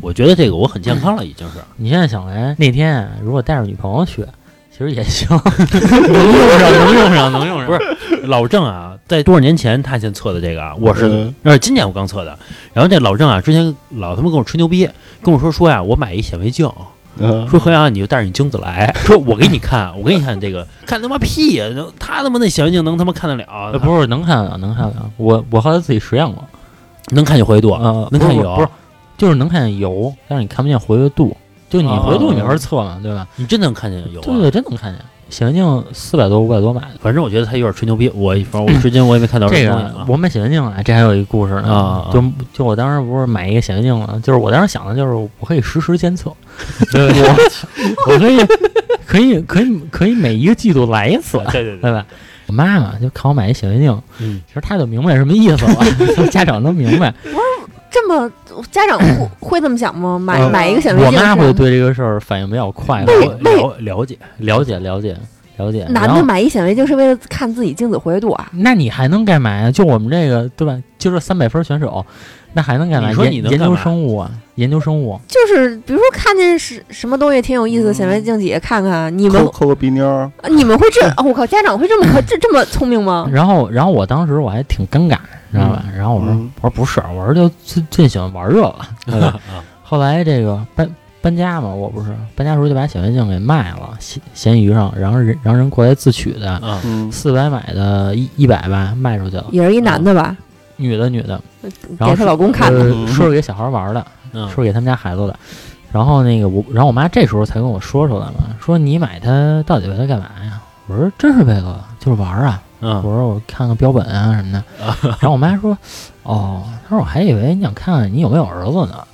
我觉得这个我很健康了，已经是。
你现在想来那天啊，如果带着女朋友去，其实也行，能用上，能用上，能用上。
不是老郑啊，在多少年前他先测的这个啊，我是
嗯
呃今年我刚测的。然后这老郑啊，之前老他妈跟我吹牛逼，跟我说说呀，我买一显微镜，
嗯
说何阳你就带着你精子来， 说我给你看，我给你看这个， 看他妈屁呀、能他他妈那显微镜能他妈看得了？
呃，不是能看了，能看了。我我后来自己实验过，
能看见活跃度，
呃，
能
不是
看
不是
有啊
不是，就是能看见油，但是你看不见活跃度。就你
啊
活跃度你没法测嘛，对吧？
你真能看见有、啊？
对对，真能看见。显微镜四百多五百多买的，
反正我觉得他有点吹牛逼，我反正我至今我也没看到
这
什么东西
个
啊。
我买显微镜啊，这还有一故事呢。
啊啊
就就我当时不是买一个显微镜嘛，就是我当时想的就是我可以实时监测，我我 可以可以可以可以每一个季度来一次，
对对
对吧？我妈妈就看我买一显微镜，
啊 嗯
其实她就明白什么意思了， 就家长都明白。
这么家长会会这么想吗？买
嗯
买一个显微
我
镜
妈会
是吗，
对这个事儿反应比较快，
对
我
哎了了了解，
了解了解了解。
男
然
的
后，
买一显微镜是为了看自己精子活跃度啊？
那你还能干嘛呀？就我们这个对吧？就这三百分选手，那还能干嘛？
你说
研
你能
研
干
究
嘛
生物啊，研究生物。
就是比如说看见什什么东西挺有意思的显微镜底下看看，你们
抠抠个鼻妞儿，
你们会这？啊我靠，家长会这么 这这么聪明吗？
然后，然后我当时我还挺尴尬，你知道吧？然后我说，
嗯
我说不是，我说就最最喜欢玩这个。对
嗯
吧后来这个搬搬家嘛，我不是搬家时候就把显微镜给卖了，闲闲鱼上，然后人然后人过来自取的，
啊，
嗯，
四百买的，一一百吧卖出去了，
也是一男的吧，
女的女的，然
给
后
她
是
老公看的。
呃
嗯
说是给小孩玩的，
嗯
说是给他们家孩子的。然后那个我，然后我妈这时候才跟我说出来嘛，说你买它到底为了干嘛呀？我说真是为了就是玩儿啊。
嗯，
我说我看看标本啊什么 的。然后我妈说，哦，她说我还以为你想看看你有没有儿子 呢。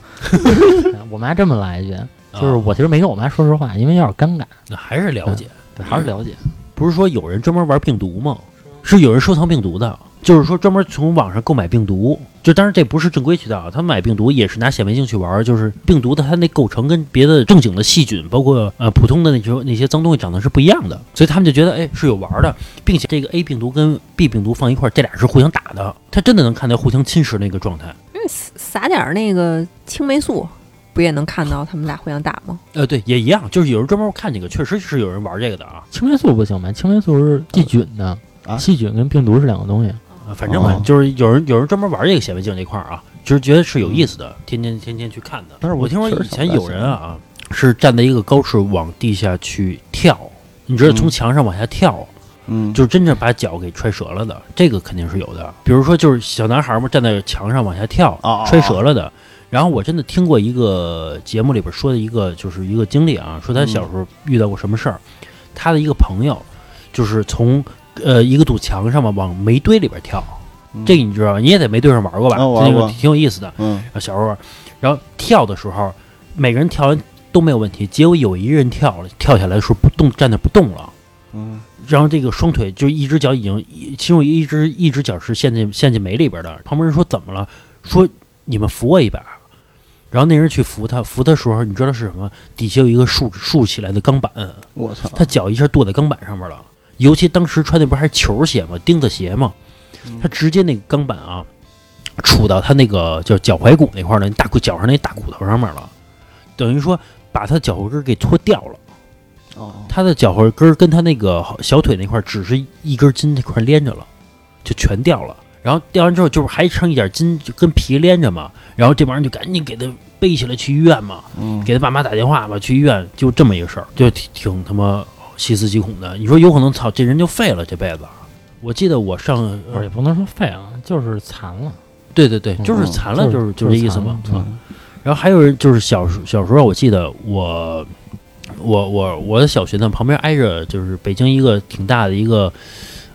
我妈这么来一句，
啊
就是我其实没跟我妈说实话，因为有点尴尬，
那啊还是了解，
还是了解。
不是说有人专门玩病毒吗？是有人收藏病毒的，就是说专门从网上购买病毒。就当然这不是正规渠道啊，他们买病毒也是拿显微镜去玩，就是病毒的它那构成跟别的正经的细菌，包括呃普通的那种那些脏东西长得是不一样的，所以他们就觉得哎是有玩的，并且这个 A 病毒跟 B 病毒放一块儿，这俩是互相打的，它真的能看到互相侵蚀那个状态。
嗯，撒撒点儿那个青霉素，不也能看到他们俩互相打吗？
呃，对，也一样，就是有人专门看这个，确实是有人玩这个的啊。
青霉素不行吧？青霉素是细菌的，
啊
细菌跟病毒是两个东西。
啊反正嘛
哦，
就是有人有人专门玩这个显微镜这块儿啊，就是觉得是有意思的，天天天天去看的。
嗯但是我
我听说
确实
以前
想不太
有人啊，是站在一个高处往地下去跳，你知道
嗯
从墙上往下跳，
嗯，
就是真正把脚给踹折了的，这个肯定是有的。比如说，就是小男孩嘛，站在墙上往下跳
哦哦，
摔折了的。然后我真的听过一个节目里边说的一个，就是一个经历啊，说他小时候遇到过什么事儿，他的一个朋友就是从呃一个堵墙上嘛往煤堆里边跳，
嗯
这个你知道吧？你也在煤堆上玩过吧？
哦玩过
这个挺有意思的。
嗯
然后小时候玩，然后跳的时候，每个人跳完都没有问题，结果有一个人跳了，跳下来的时候不动，站那不动了。
嗯
然后这个双腿就一只脚已经，一其中一只一只脚是陷进陷进煤里边的。旁边人说怎么了？说你们扶我一把。然后那人去扶他，扶他的时候，你知道是什么？底下有一个竖竖起来的钢板，
我操，
他脚一下跺在钢板上面了。尤其当时穿的不还是球鞋嘛，钉子鞋嘛，
嗯
他直接那个钢板啊，杵到他那个叫脚踝骨那块儿了，那大骨脚上那大骨头上面了，等于说把他脚后跟儿给脱掉了。
哦，
他的脚后跟儿跟他那个小腿那块儿只是一根筋那块儿连着了，就全掉了。然后掉完之后，就是还剩一点筋，就跟皮连着嘛。然后这帮人就赶紧给他背起来去医院嘛，
嗯，
给他爸妈打电话嘛，去医院，就这么一个事儿，就挺挺他妈细思极恐的。你说有可能操，这人就废了这辈子。啊我记得我上，
不
呃
是也不能说废啊，就是残了，
对对对，就是
嗯
残了，就是
就
就是这意思嘛
嘛。。
嗯
然后还有人就是小时小时候，我记得我我我我的小学呢，旁边挨着就是北京一个挺大的一个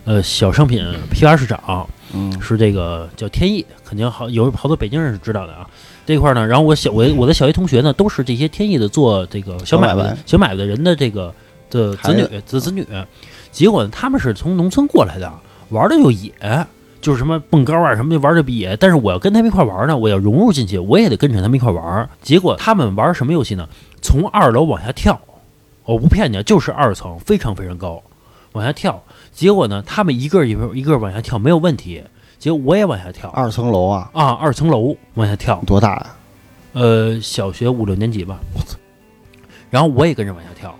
呃小商品批发市场，
嗯
是这个叫天意，肯定好有好多北京人是知道的啊。这块儿呢，然后我小我我的小学同学呢，都是这些天意的做这个小买
小买
卖
卖
小买卖的人的这个的子
孩
女子子女，结果呢，他们是从农村过来的，玩的又野。就是什么蹦高啊，什么就玩的比野，但是我要跟他们一块玩呢，我要融入进去，我也得跟着他们一块玩。结果他们玩什么游戏呢？从二楼往下跳，我不骗你啊，就是二层，非常非常高，往下跳。结果呢，他们一个一个一个往下跳没有问题，结果我也往下跳
二层楼啊，
啊，二层楼往下跳，
多大呀？
呃，小学五六年级吧。然后我也跟着往下跳，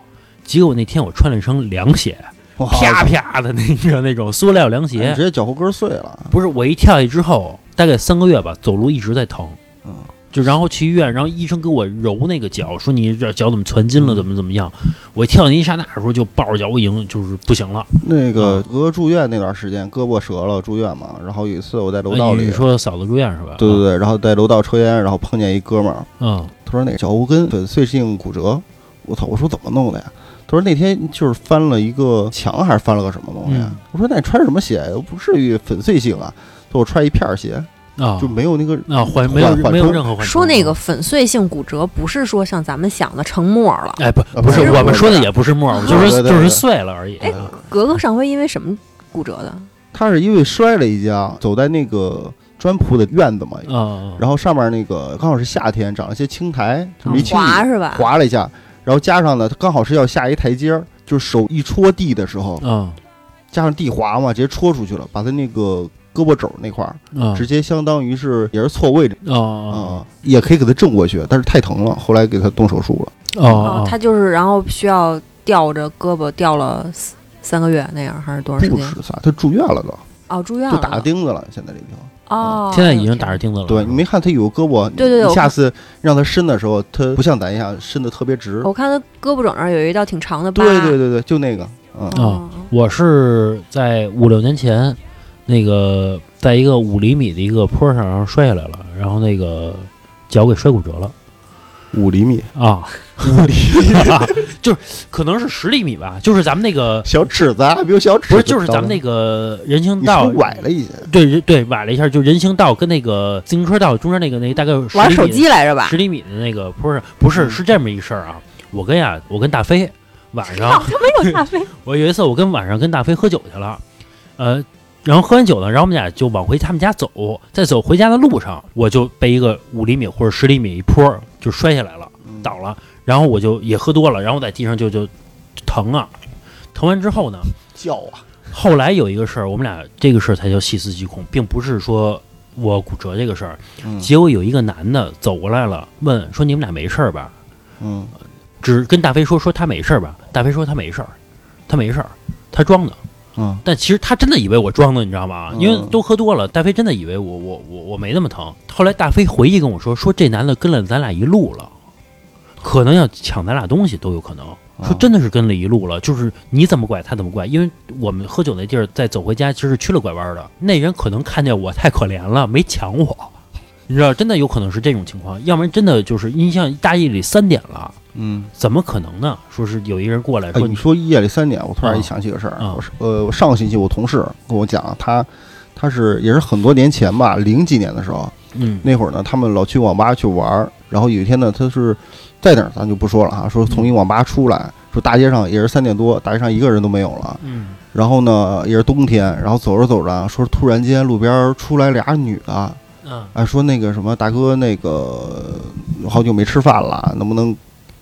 结果那天我穿了一双凉鞋，
哇
啪啪的那个那种塑料凉鞋
你，直接脚后跟碎了，
不是我一跳下去之后，大概三个月吧，走路一直在疼，
嗯，
就然后去医院，然后医生给我揉那个脚，说你这脚怎么全
嗯
筋了，怎么怎么样。我一跳进一刹那的时候就抱着脚，我已经就是不行了。
那
啊
个哥住院那段时间，胳膊折了住院嘛，然后有一次我在楼道
呃
里
你，说嫂子住院是吧？
对对对，然后在楼道抽烟，然后碰见一哥们儿，
嗯，
他说那个脚后跟粉碎性骨折，我操！我说怎么弄的呀？他说那天就是翻了一个墙，还是翻了个什么东西？啊
嗯
我说那你穿什么鞋呀？又不至于粉碎性啊！就我穿一片儿鞋，
嗯啊
就没有那个
啊缓没有
缓
没有
冲
任何缓冲
说那个。粉碎性骨折，不是说像咱们想的成沫儿了。
哎，不，
啊
不是
不是
我
不
们
是啊
说的也不是沫儿，我就
对
是就
对对
是
对
碎了而已。
哎格格上回因为什么骨折的？
他是因为摔了一跤，走在那个砖铺的院子嘛，
嗯，
然后上面那个刚好是夏天，长了些青苔，这么一青
滑
泥
是吧？
啊滑了一下，然后加上呢，他刚好是要下一台阶儿，就是手一戳地的时候，
嗯
加上地滑嘛，直接戳出去了，把他那个胳膊肘那块儿
嗯
直接相当于是也是错位置
哦哦
啊，也可以给他正过去，但是太疼了，后来给他动手术了。
哦
哦，他
哦，
就是然后需要吊着胳膊吊了三三个月那样，还是多长时
不
间？
是啥，他住院了都，
哦，住院
就
了。
打钉子了，现在这地
啊
方。
哦，
现在已经打着钉子了。
对，你没看他有胳膊，
对对对
你
我
下次让他伸的时候，他不像咱一样伸的特别直。
我看他胳膊肘那儿有一道挺长的疤。
对对对对，就那个，嗯
哦。
我是在五六年前，那
呃
个在一个五厘米的一个坡上，然后摔下来了，然后那个脚给摔骨折了
五厘米，
啊，就是可能是十厘米吧，就是咱们那个
小指子还没有小指子
不
长，
是，就是咱们那个人行
你是
道
不是崴了一下，
对人对崴了一下，就人行道跟那个自行车道中间那个那大概有10
玩
厘米
手机来着吧
十？厘米的那个坡上，不是
嗯
是这么一事儿啊，我跟呀我跟大飞晚上
他没有大飞。
我有一次我跟晚上跟大飞喝酒去了，呃，然后喝完酒呢，然后我们俩就往回他们家走，在走回家的路上，我就被一个五厘米或者十厘米一坡就摔下来了，倒了，然后我就也喝多了，然后我在地上就就疼啊，疼完之后呢，
叫啊，
后来有一个事儿，我们俩这个事儿才叫细思极恐，并不是说我骨折这个事儿，
嗯
结果有一个男的走过来了，问说你们俩没事儿吧？
嗯，
只跟大飞说说他没事儿吧，大飞说他没事儿，他没事儿，他装的。
嗯，
但其实他真的以为我装的，你知道吗？
嗯
因为都喝多了，大飞真的以为我我我我没那么疼。后来大飞回忆跟我说，说这男的跟了咱俩一路了，可能要抢咱俩东西都有可能。
嗯
说真的是跟了一路了，就是你怎么拐他怎么拐，因为我们喝酒那地儿再走回家其实是去了拐弯的，那人可能看见我太可怜了，没抢我，你知道，真的有可能是这种情况，要不然真的就是你像大夜里三点了，
嗯，
怎么可能呢？说是有一人过来
哎，
说
你
你
说夜里三点，我突然一想起个事儿，
嗯
我是呃，上个星期我同事跟我讲，他他是也是很多年前吧，零几年的时候，
嗯
那会儿呢，他们老去网吧去玩儿，然后有一天呢，他是在哪儿咱就不说了哈，说从一网吧出来，说大街上也是三点多，大街上一个人都没有了，
嗯
然后呢也是冬天，然后走着走着，说突然间路边儿出来俩女的，
嗯
哎，说那个什么大哥，那个好久没吃饭了，能不能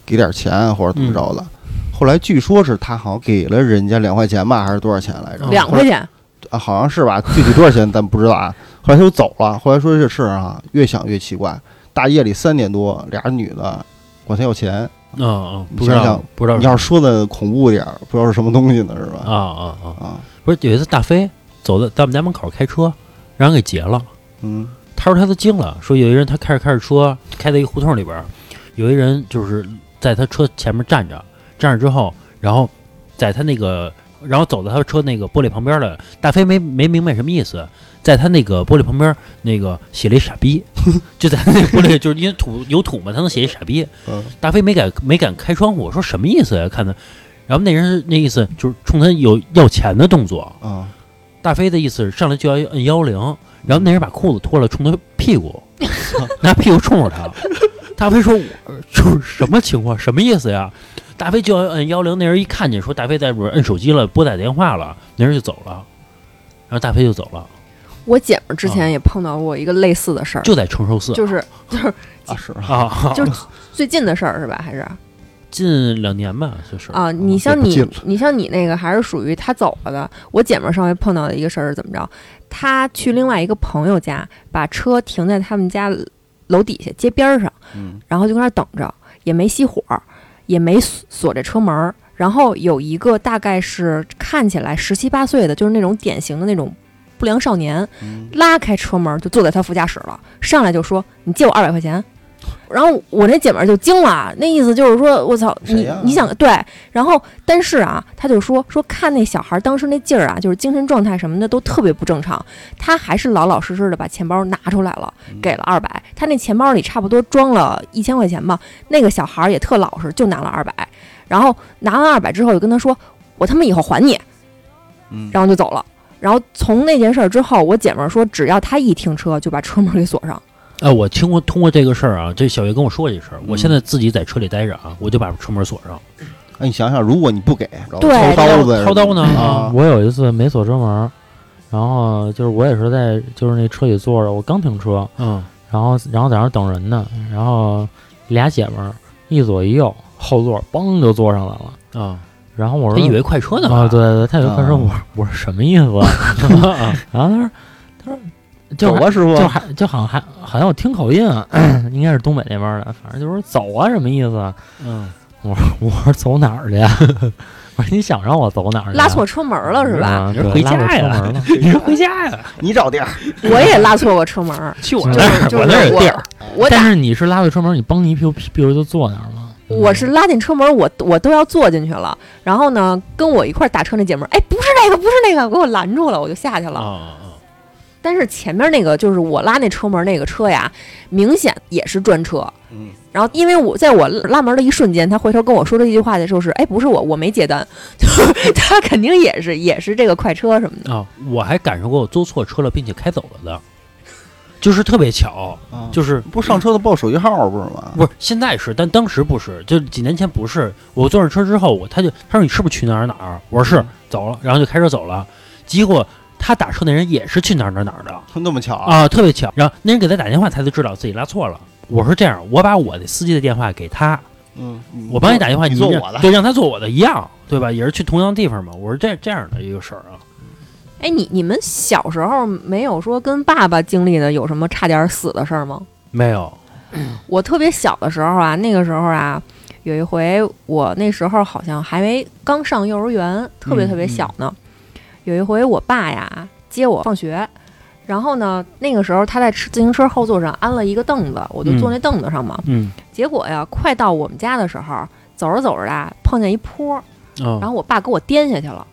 给点钱啊或者怎么着的？后来据说是他好像给了人家两块钱吧，还是多少钱来着？
嗯
两块钱，
啊，好像是吧，具体多少钱咱不知道啊。后来他就走了。后来说这事儿啊，越想越奇怪，大夜里三点多，俩女的管他要钱，
嗯嗯，
你
不知
想
道
想
不知道
你要是说的恐怖点儿，不知道是什么东西呢，是吧？
啊啊啊！
啊，
不是有一次大飞走到在我们家门口开车，让人给劫了。
嗯
他说他都惊了，说有一人他开着开着车开到一个胡同里边儿，有一人就是在他车前面站着，站着之后，然后在他那个，然后走到他车那个玻璃旁边了。大飞没没明白什么意思，在他那个玻璃旁边那个写了一傻逼， 就在他那个玻璃，就是因为土有土嘛，他能写一傻逼。
嗯
大飞没敢没敢开窗户，我说什么意思呀、看他，然后那人那意思就是冲他有要钱的动作，
啊，
大飞的意思是上来就要摁幺零，然后那人把裤子脱了，冲他屁股，拿屁股冲着他。大飞说：“呃就是什么情况？什么意思呀？”大飞就要摁幺零，那人一看见说大飞在里边摁手机了，拨打电话了，那人就走了，然后大飞就走了，
我姐们儿之
啊
前也碰到过一个类似的事儿，
哦
就在承寿寺
就是就是
啊是啊，
啊，
就最近的事儿是吧？还是
近两年吧，就是
啊？你像
嗯也
你
不近了
你像你那个还是属于他走了的。我姐们儿上回碰到的一个事儿是怎么着？她去另外一个朋友家，把车停在他们家楼底下街边儿上，
嗯
然后就跟那儿等着，也没熄火，也没锁锁这车门儿。然后有一个大概是看起来十七八岁的，就是那种典型的那种不良少年，
嗯
拉开车门就坐在他副驾驶了，上来就说：“你借我二百块钱。”然后我那姐们儿就惊了，那意思就是说，我操，
谁
你、
呀
你想对，然后但是啊，他就说说看那小孩当时那劲儿啊，就是精神状态什么的都特别不正常，他还是老老实实的把钱包拿出来了，
嗯
给了二百，他那钱包里差不多装了一千块钱吧，那个小孩儿也特老实，就拿了二百，然后拿完二百之后就跟他说，我他妈以后还你，
嗯
然后就走了。然后从那件事儿之后，我姐们儿说，只要她一停车，就把车门给锁上。
哎，我听过通过这个事儿啊，这小月跟我说过这事
嗯
儿，我现在自己在车里待着啊，我就把车门锁上，
哎，你想想，如果你不给，然后
对
掏刀子，
掏刀呢
啊，
我有一次没锁车门，然后就是我也是在就是那车里坐着，我刚停车，
嗯
然后然后在那儿等人呢，然后俩姐们儿一左一右后座嘣就坐上来了，
啊，
然后我
他
说
以为快车呢吧
啊， 对对，对他以为快车，
啊
我说我说什么意思啊？
啊
然后他说他说就
走
还
啊，师傅，
就还就好像还好像我听口音啊， 应该是东北那边儿的，反正就是走啊什么意思啊？
嗯，
我说走哪儿去 呀？我说你想让我走哪
哎
儿去啊？
拉错车门了是吧？
啊
你是
对
回
拉错
家
车
呀
门了
你说回家呀？
你找地儿，
我也拉错过车门 儿，
去我
嗯就
那
是
儿，
就是
嗯我那儿有地儿。
我
但
打
是你是拉错车门，你嘣你一屁股屁股就坐那儿了。
我是拉进车门，我我都要坐进去了。然后呢，跟我一块儿打车那姐们儿，哎，不是那个，不是那个，给我拦住了，我就下去了。
啊
但是前面那个就是我拉那车门那个车呀，明显也是专车。
嗯，
然后，因为我在我拉门的一瞬间，他回头跟我说这句话的时候是，哎，不是我，我没接单，就是他肯定也是也是这个快车什么的。
啊！我还赶上过我坐错车了，并且开走了的，就是特别巧，
嗯
啊
就是
不上车的报手机号不是吗？
不是现在是，但当时不是，就几年前不是。我坐上车之后，我他就他说你是不是去哪儿哪儿？我
嗯
说是，走了，然后就开车走了。结果他打车那人也是去哪儿哪儿哪儿的
那么巧啊，
啊，特别巧。然后那人给他打电话，他就知道自己拉错了。我说这样，我把我的司机的电话给他，
嗯，
我帮你打电话，
你
你
做
让
我的，
对，让他做我的一样，对吧？也是去同样地方嘛。我是这这样的一个事儿啊。
哎，你你们小时候没有说跟爸爸经历的有什么差点死的事儿吗？
没
哦
有，
我特别小的时候啊，那个时候啊，有一回我那时候好像还没刚上幼儿园，特别
嗯
特别小呢。有一回我爸呀接我放学，然后呢，那个时候他在自行车后座上安了一个凳子，我就坐
嗯
那凳子上嘛。
嗯
结果呀，快到我们家的时候，走着走着啊，碰见一坡儿，
啊
然后我爸给我颠下去了。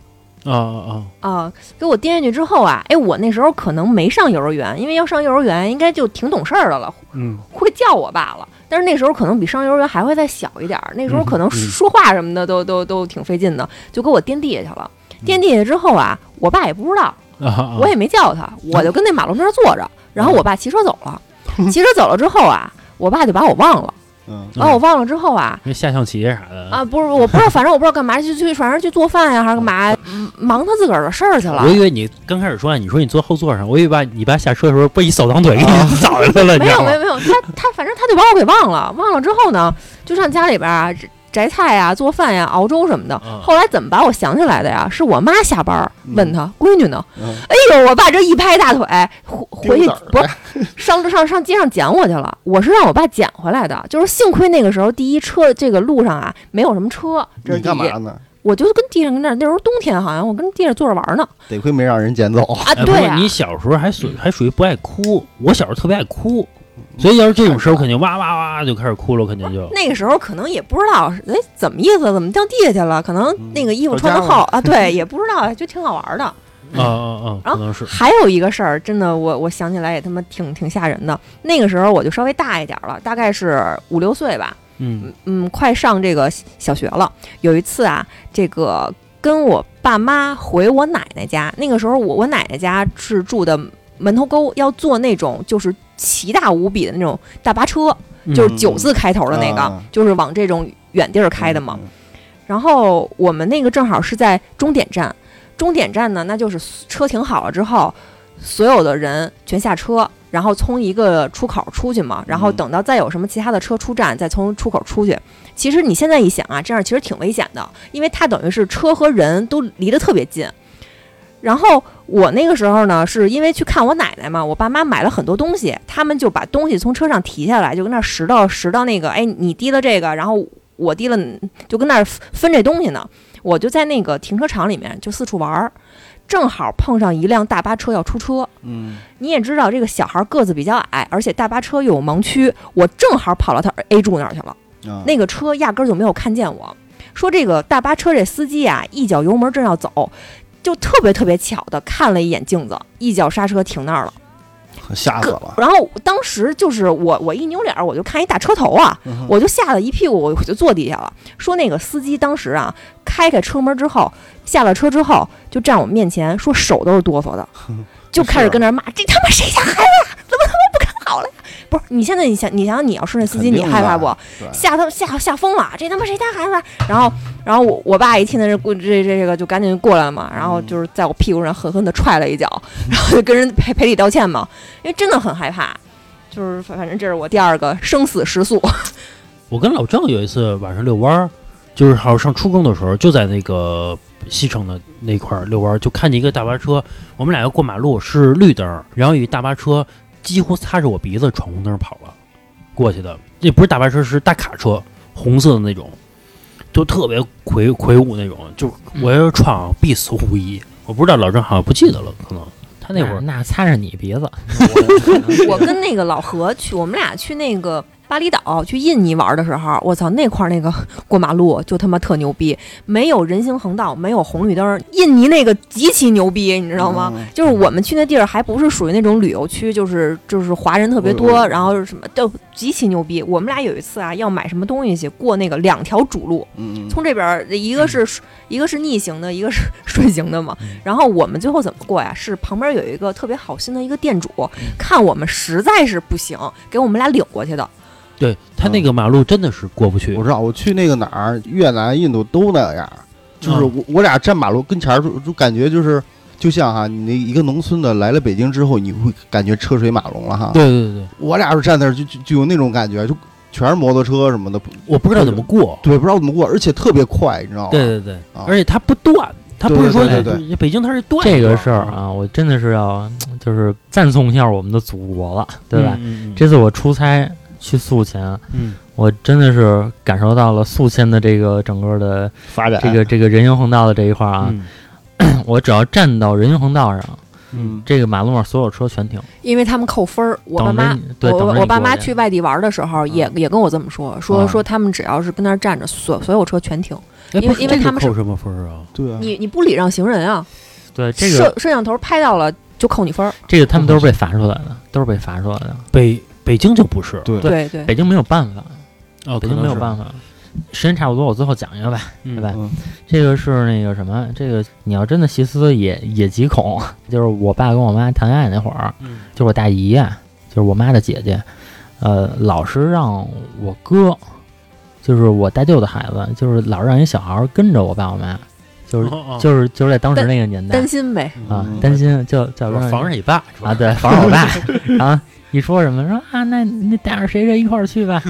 啊啊
啊，给我颠下去之后啊，哎，我那时候可能没上幼儿园，因为要上幼儿园应该就挺懂事儿的了，
嗯
会叫我爸了。但是那时候可能比上幼儿园还会再小一点儿，那时候可能
嗯嗯
说话什么的都、都都挺费劲的，就给我颠地下去了。颠地下去之后啊，我爸也不知道，
啊啊，
我也没叫他，我就跟那马路那儿坐着，然后我爸骑车走了。
嗯
骑车走了之后啊，我爸就把我忘了，
嗯，
把我忘了之后啊。
那下象棋啥的
啊，不是，我不知道，反正我不知道干嘛，去去，反正去做饭呀、还是干嘛，嗯忙他自个儿的事儿去了。
我以为你刚开始说，你说你坐后座上，我以为把你爸下车的时候，不一扫堂腿给
啊
你扫下去了，你
啊没
知
有
道
没
吗
有？没有，他他反正他就把我给忘了，忘了之后呢，就上家里边啊摘摘菜呀、做饭呀、熬粥什么的
嗯。
后来怎么把我想起来的呀？是我妈下班儿
嗯
问他闺女呢。
嗯
哎呦，我爸这一拍大腿，回回去
钉子儿
不是上上上街上捡我去了。我是让我爸捡回来的，就是幸亏那个时候第一车这个路上啊没有什么车，这是
你
第
干
一
嘛。呢？
我就跟地上跟那儿那时候冬天好像我跟地上坐着玩儿呢
得亏没让人捡走。
啊，
哎，不过
对啊，
你小时候还属还属于不爱哭，我小时候特别爱哭，所以要是这
啊
种时候，肯定哇哇哇就开始哭了，肯定就
那个时候可能也不知道，哎，怎么意思？怎么掉地下去了？可能
嗯
那个衣服
到家
穿的厚啊，对， 也不知道，就挺好玩的。
啊啊啊，可能是
还有一个事儿，真的，我我想起来也他妈挺挺吓人的。那个时候我就稍微大一点了，大概是五六岁吧，
嗯
嗯，快上这个小学了。有一次啊，这个跟我爸妈回我奶奶家，那个时候我我奶奶家是住的门头沟，要坐那种就是奇大无比的那种大巴车，
嗯
就是九字开头的那个，
啊
就是往这种远地儿 开的嘛。
嗯？
然后我们那个正好是在终点站，终点站呢，那就是车停好了之后，所有的人全下车，然后从一个出口出去嘛，然后
嗯
等到再有什么其他的车出站，再从出口出去。其实你现在一想啊，这样其实挺危险的，因为它等于是车和人都离得特别近。然后我那个时候呢，是因为去看我奶奶嘛，我爸妈买了很多东西，他们就把东西从车上提下来，就跟那儿拾到拾到那个，哎，你提了这个，然后我提了，就跟那儿分这东西呢。我就在那个停车场里面就四处玩儿，正好碰上一辆大巴车要出车。
嗯，
你也知道，这个小孩个子比较矮，而且大巴车又有盲区，我正好跑到他 A 柱那儿去了。
啊
那个车压根儿就没有看见我。说这个大巴车这司机啊，一脚油门正要走，就特别特别巧的看了一眼镜子，一脚刹车停那儿了。
吓死
个
了。
然后当时就是我我一扭脸儿，我就看一大车头啊，
嗯哼
我就吓得一屁股我我就坐地下了。说那个司机当时啊，开开车门之后，下了车之后就站我面前，说手都是哆嗦的，就开始跟那儿骂：“这他妈谁家孩子呀？怎么他妈不看好了呀？”不是，你现在你想你想想，你要是那司机，
肯
你
定
害怕
的
不？
对
吓他吓吓疯了，这他妈谁家孩子啊？然后然后我我爸一听到这故这这这个就赶紧过来了嘛，然后就是在我屁股上狠狠地踹了一脚，然后就跟人赔赔礼道歉嘛，因为真的很害怕。就是反反正这是我第二个生死时速，
我跟老郑有一次晚上遛弯儿，就是好像上初中的时候，就在那个西城的那块儿遛弯儿，就看见一个大巴车，我们俩要过马路是绿灯儿，然后有一大巴车几乎擦着我鼻子闯红灯跑了过去的，那不是大巴车是大卡车，红色的那种，就特别魁魁梧那种，就是我要是撞啊必死无疑。我不知道老郑好像不记得了，可能他 那会儿
那擦着你鼻子，
我跟那个老何去，我们俩去那个巴厘岛去印尼玩的时候，我操，那块儿那个过马路就他妈特牛逼，没有人行横道，没有红绿灯，印尼那个极其牛逼，你知道吗？
嗯
就是我们去那地儿还不是属于那种旅游区，就是就是华人特别
我
多，
嗯
我
然后什么都极其牛逼。我们俩有一次啊，要买什么东西去，过那个两条主路，
嗯嗯
从这边儿一个
嗯
是顺一个是逆行的，一个是 顺行的嘛。然后我们最后怎么过呀？是旁边有一个特别好心的一个店主，
嗯
看我们实在是不行，给我们俩领过去的。
对他那个马路真的是过不去
我，知道，我去那个哪儿，越南、印度都那样儿，就是
嗯
我我俩站马路跟前儿，就就感觉就是就像哈，你那一个农村的来了北京之后，你会感觉车水马龙了哈。
对对对，
我俩就站那儿就就就有那种感觉，就全是摩托车什么的，不
我不知道怎么过。
对，不知道怎么过，而且特别快，你知道吗？
对对对，
啊
而且它不断，它不是说
对对对
北京它是断嗯
这个事儿，啊，我真的是要就是赞颂一下我们的祖国了，对吧？
嗯？嗯嗯
这次我出差去宿迁，
嗯
我真的是感受到了宿迁的这个整个的
发展
这个这个人行横道的这一块儿啊，
嗯
我只要站到人行横道上，
嗯
这个马路上所有车全停。
因为他们扣分儿。我爸
等着
妈
你，对，
我
等着你
我爸
过
妈
去
去外地玩的时候也也跟我这么说，说
嗯
说他们只要是跟那儿站着，所所有车全停。因
哎，
为
不是
因为
这
他
个
们
扣什么分儿啊？
对
嗯
啊，
你你不礼让行人啊，
对这个
摄摄像头拍到了就扣你分儿。
这个他们都是被罚出来的，都是被罚出来的。
北北京就不是，
对
对
对
哎
对，
北京没有办法，
哦，
北京没有办
法，
法。时间差不多，我最后讲一个吧。
对
对吧
嗯
这个是那个什么，这个你要真的细思也也极恐，就是我爸跟我妈谈恋爱那会儿，
嗯
就是我大姨啊，就是我妈的姐姐，呃，老是让我哥，就是我大舅的孩子，就是老让一小孩儿跟着我爸我妈，就是
哦
就是就是在当时那个年代
担心呗。
啊
嗯，
担心就就
我哦防着你爸是吧？
啊，对，防着我爸啊，一说什么说啊，那你带着谁谁一块儿去吧，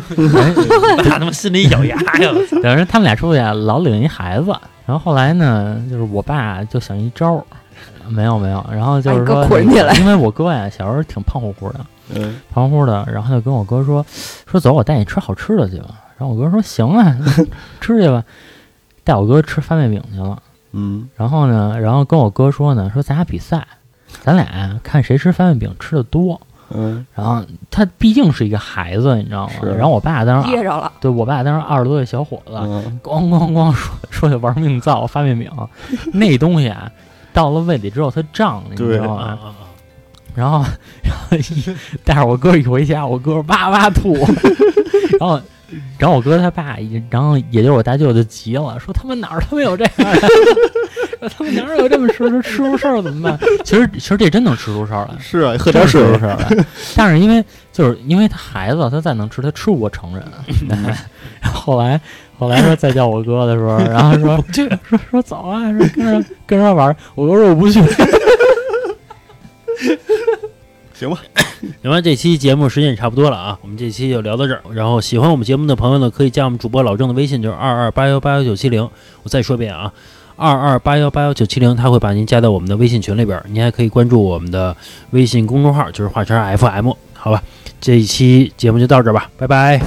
爸他妈心里咬牙呀！
等于他们俩出去啊老领一孩子，然后后来呢，就是我爸就想一招儿，没有没有，然后就
把
是
你哥
说那个，
捆起来
因为我哥呀小时候挺胖乎乎的，
嗯，
胖乎乎的，然后就跟我哥说说走，我带你吃好吃的去吧。然后我哥说行啊， 吃去吧，带我哥吃翻面饼去了。
嗯，
然后呢，然后跟我哥说呢，说咱俩比赛，咱俩呀看谁吃翻面饼吃的多。
嗯，
然后他毕竟是一个孩子，你知道吗？
是
然后我爸当
噎
时，
着了，
对我爸当时二十多岁小伙子，
嗯，
咣咣咣说说就玩命造 发面饼，那东西啊，到了胃里之后它胀，你知
对
道
啊
吗？
啊
然后然后一带着我哥一回家，我哥哇哇 吐，然后然后我哥他爸也，然后也就是我大舅就急了，说他们哪儿他妈有这样的， 说他们哪儿有这么吃，说吃出事儿怎么办？其实其实这真能吃出事儿来。
是啊，喝点
真能吃
水，
出事儿来，但是因为就是因为他孩子，他再能吃，他吃不过 成人。然后后来后来说再叫我哥的时候，然后 说说说走啊，说跟着跟着玩儿，我哥说我不去。
行吧，
行吧，这期节目时间也差不多了啊，我们这期就聊到这儿。然后喜欢我们节目的朋友呢，可以加我们主播老郑的微信，就是二二八幺八幺九七零。我再说一遍啊，二二八幺八幺九七零，他会把您加到我们的微信群里边儿。您还可以关注我们的微信公众号，就是华晨 FM，好吧？这一期节目就到这儿吧，拜拜。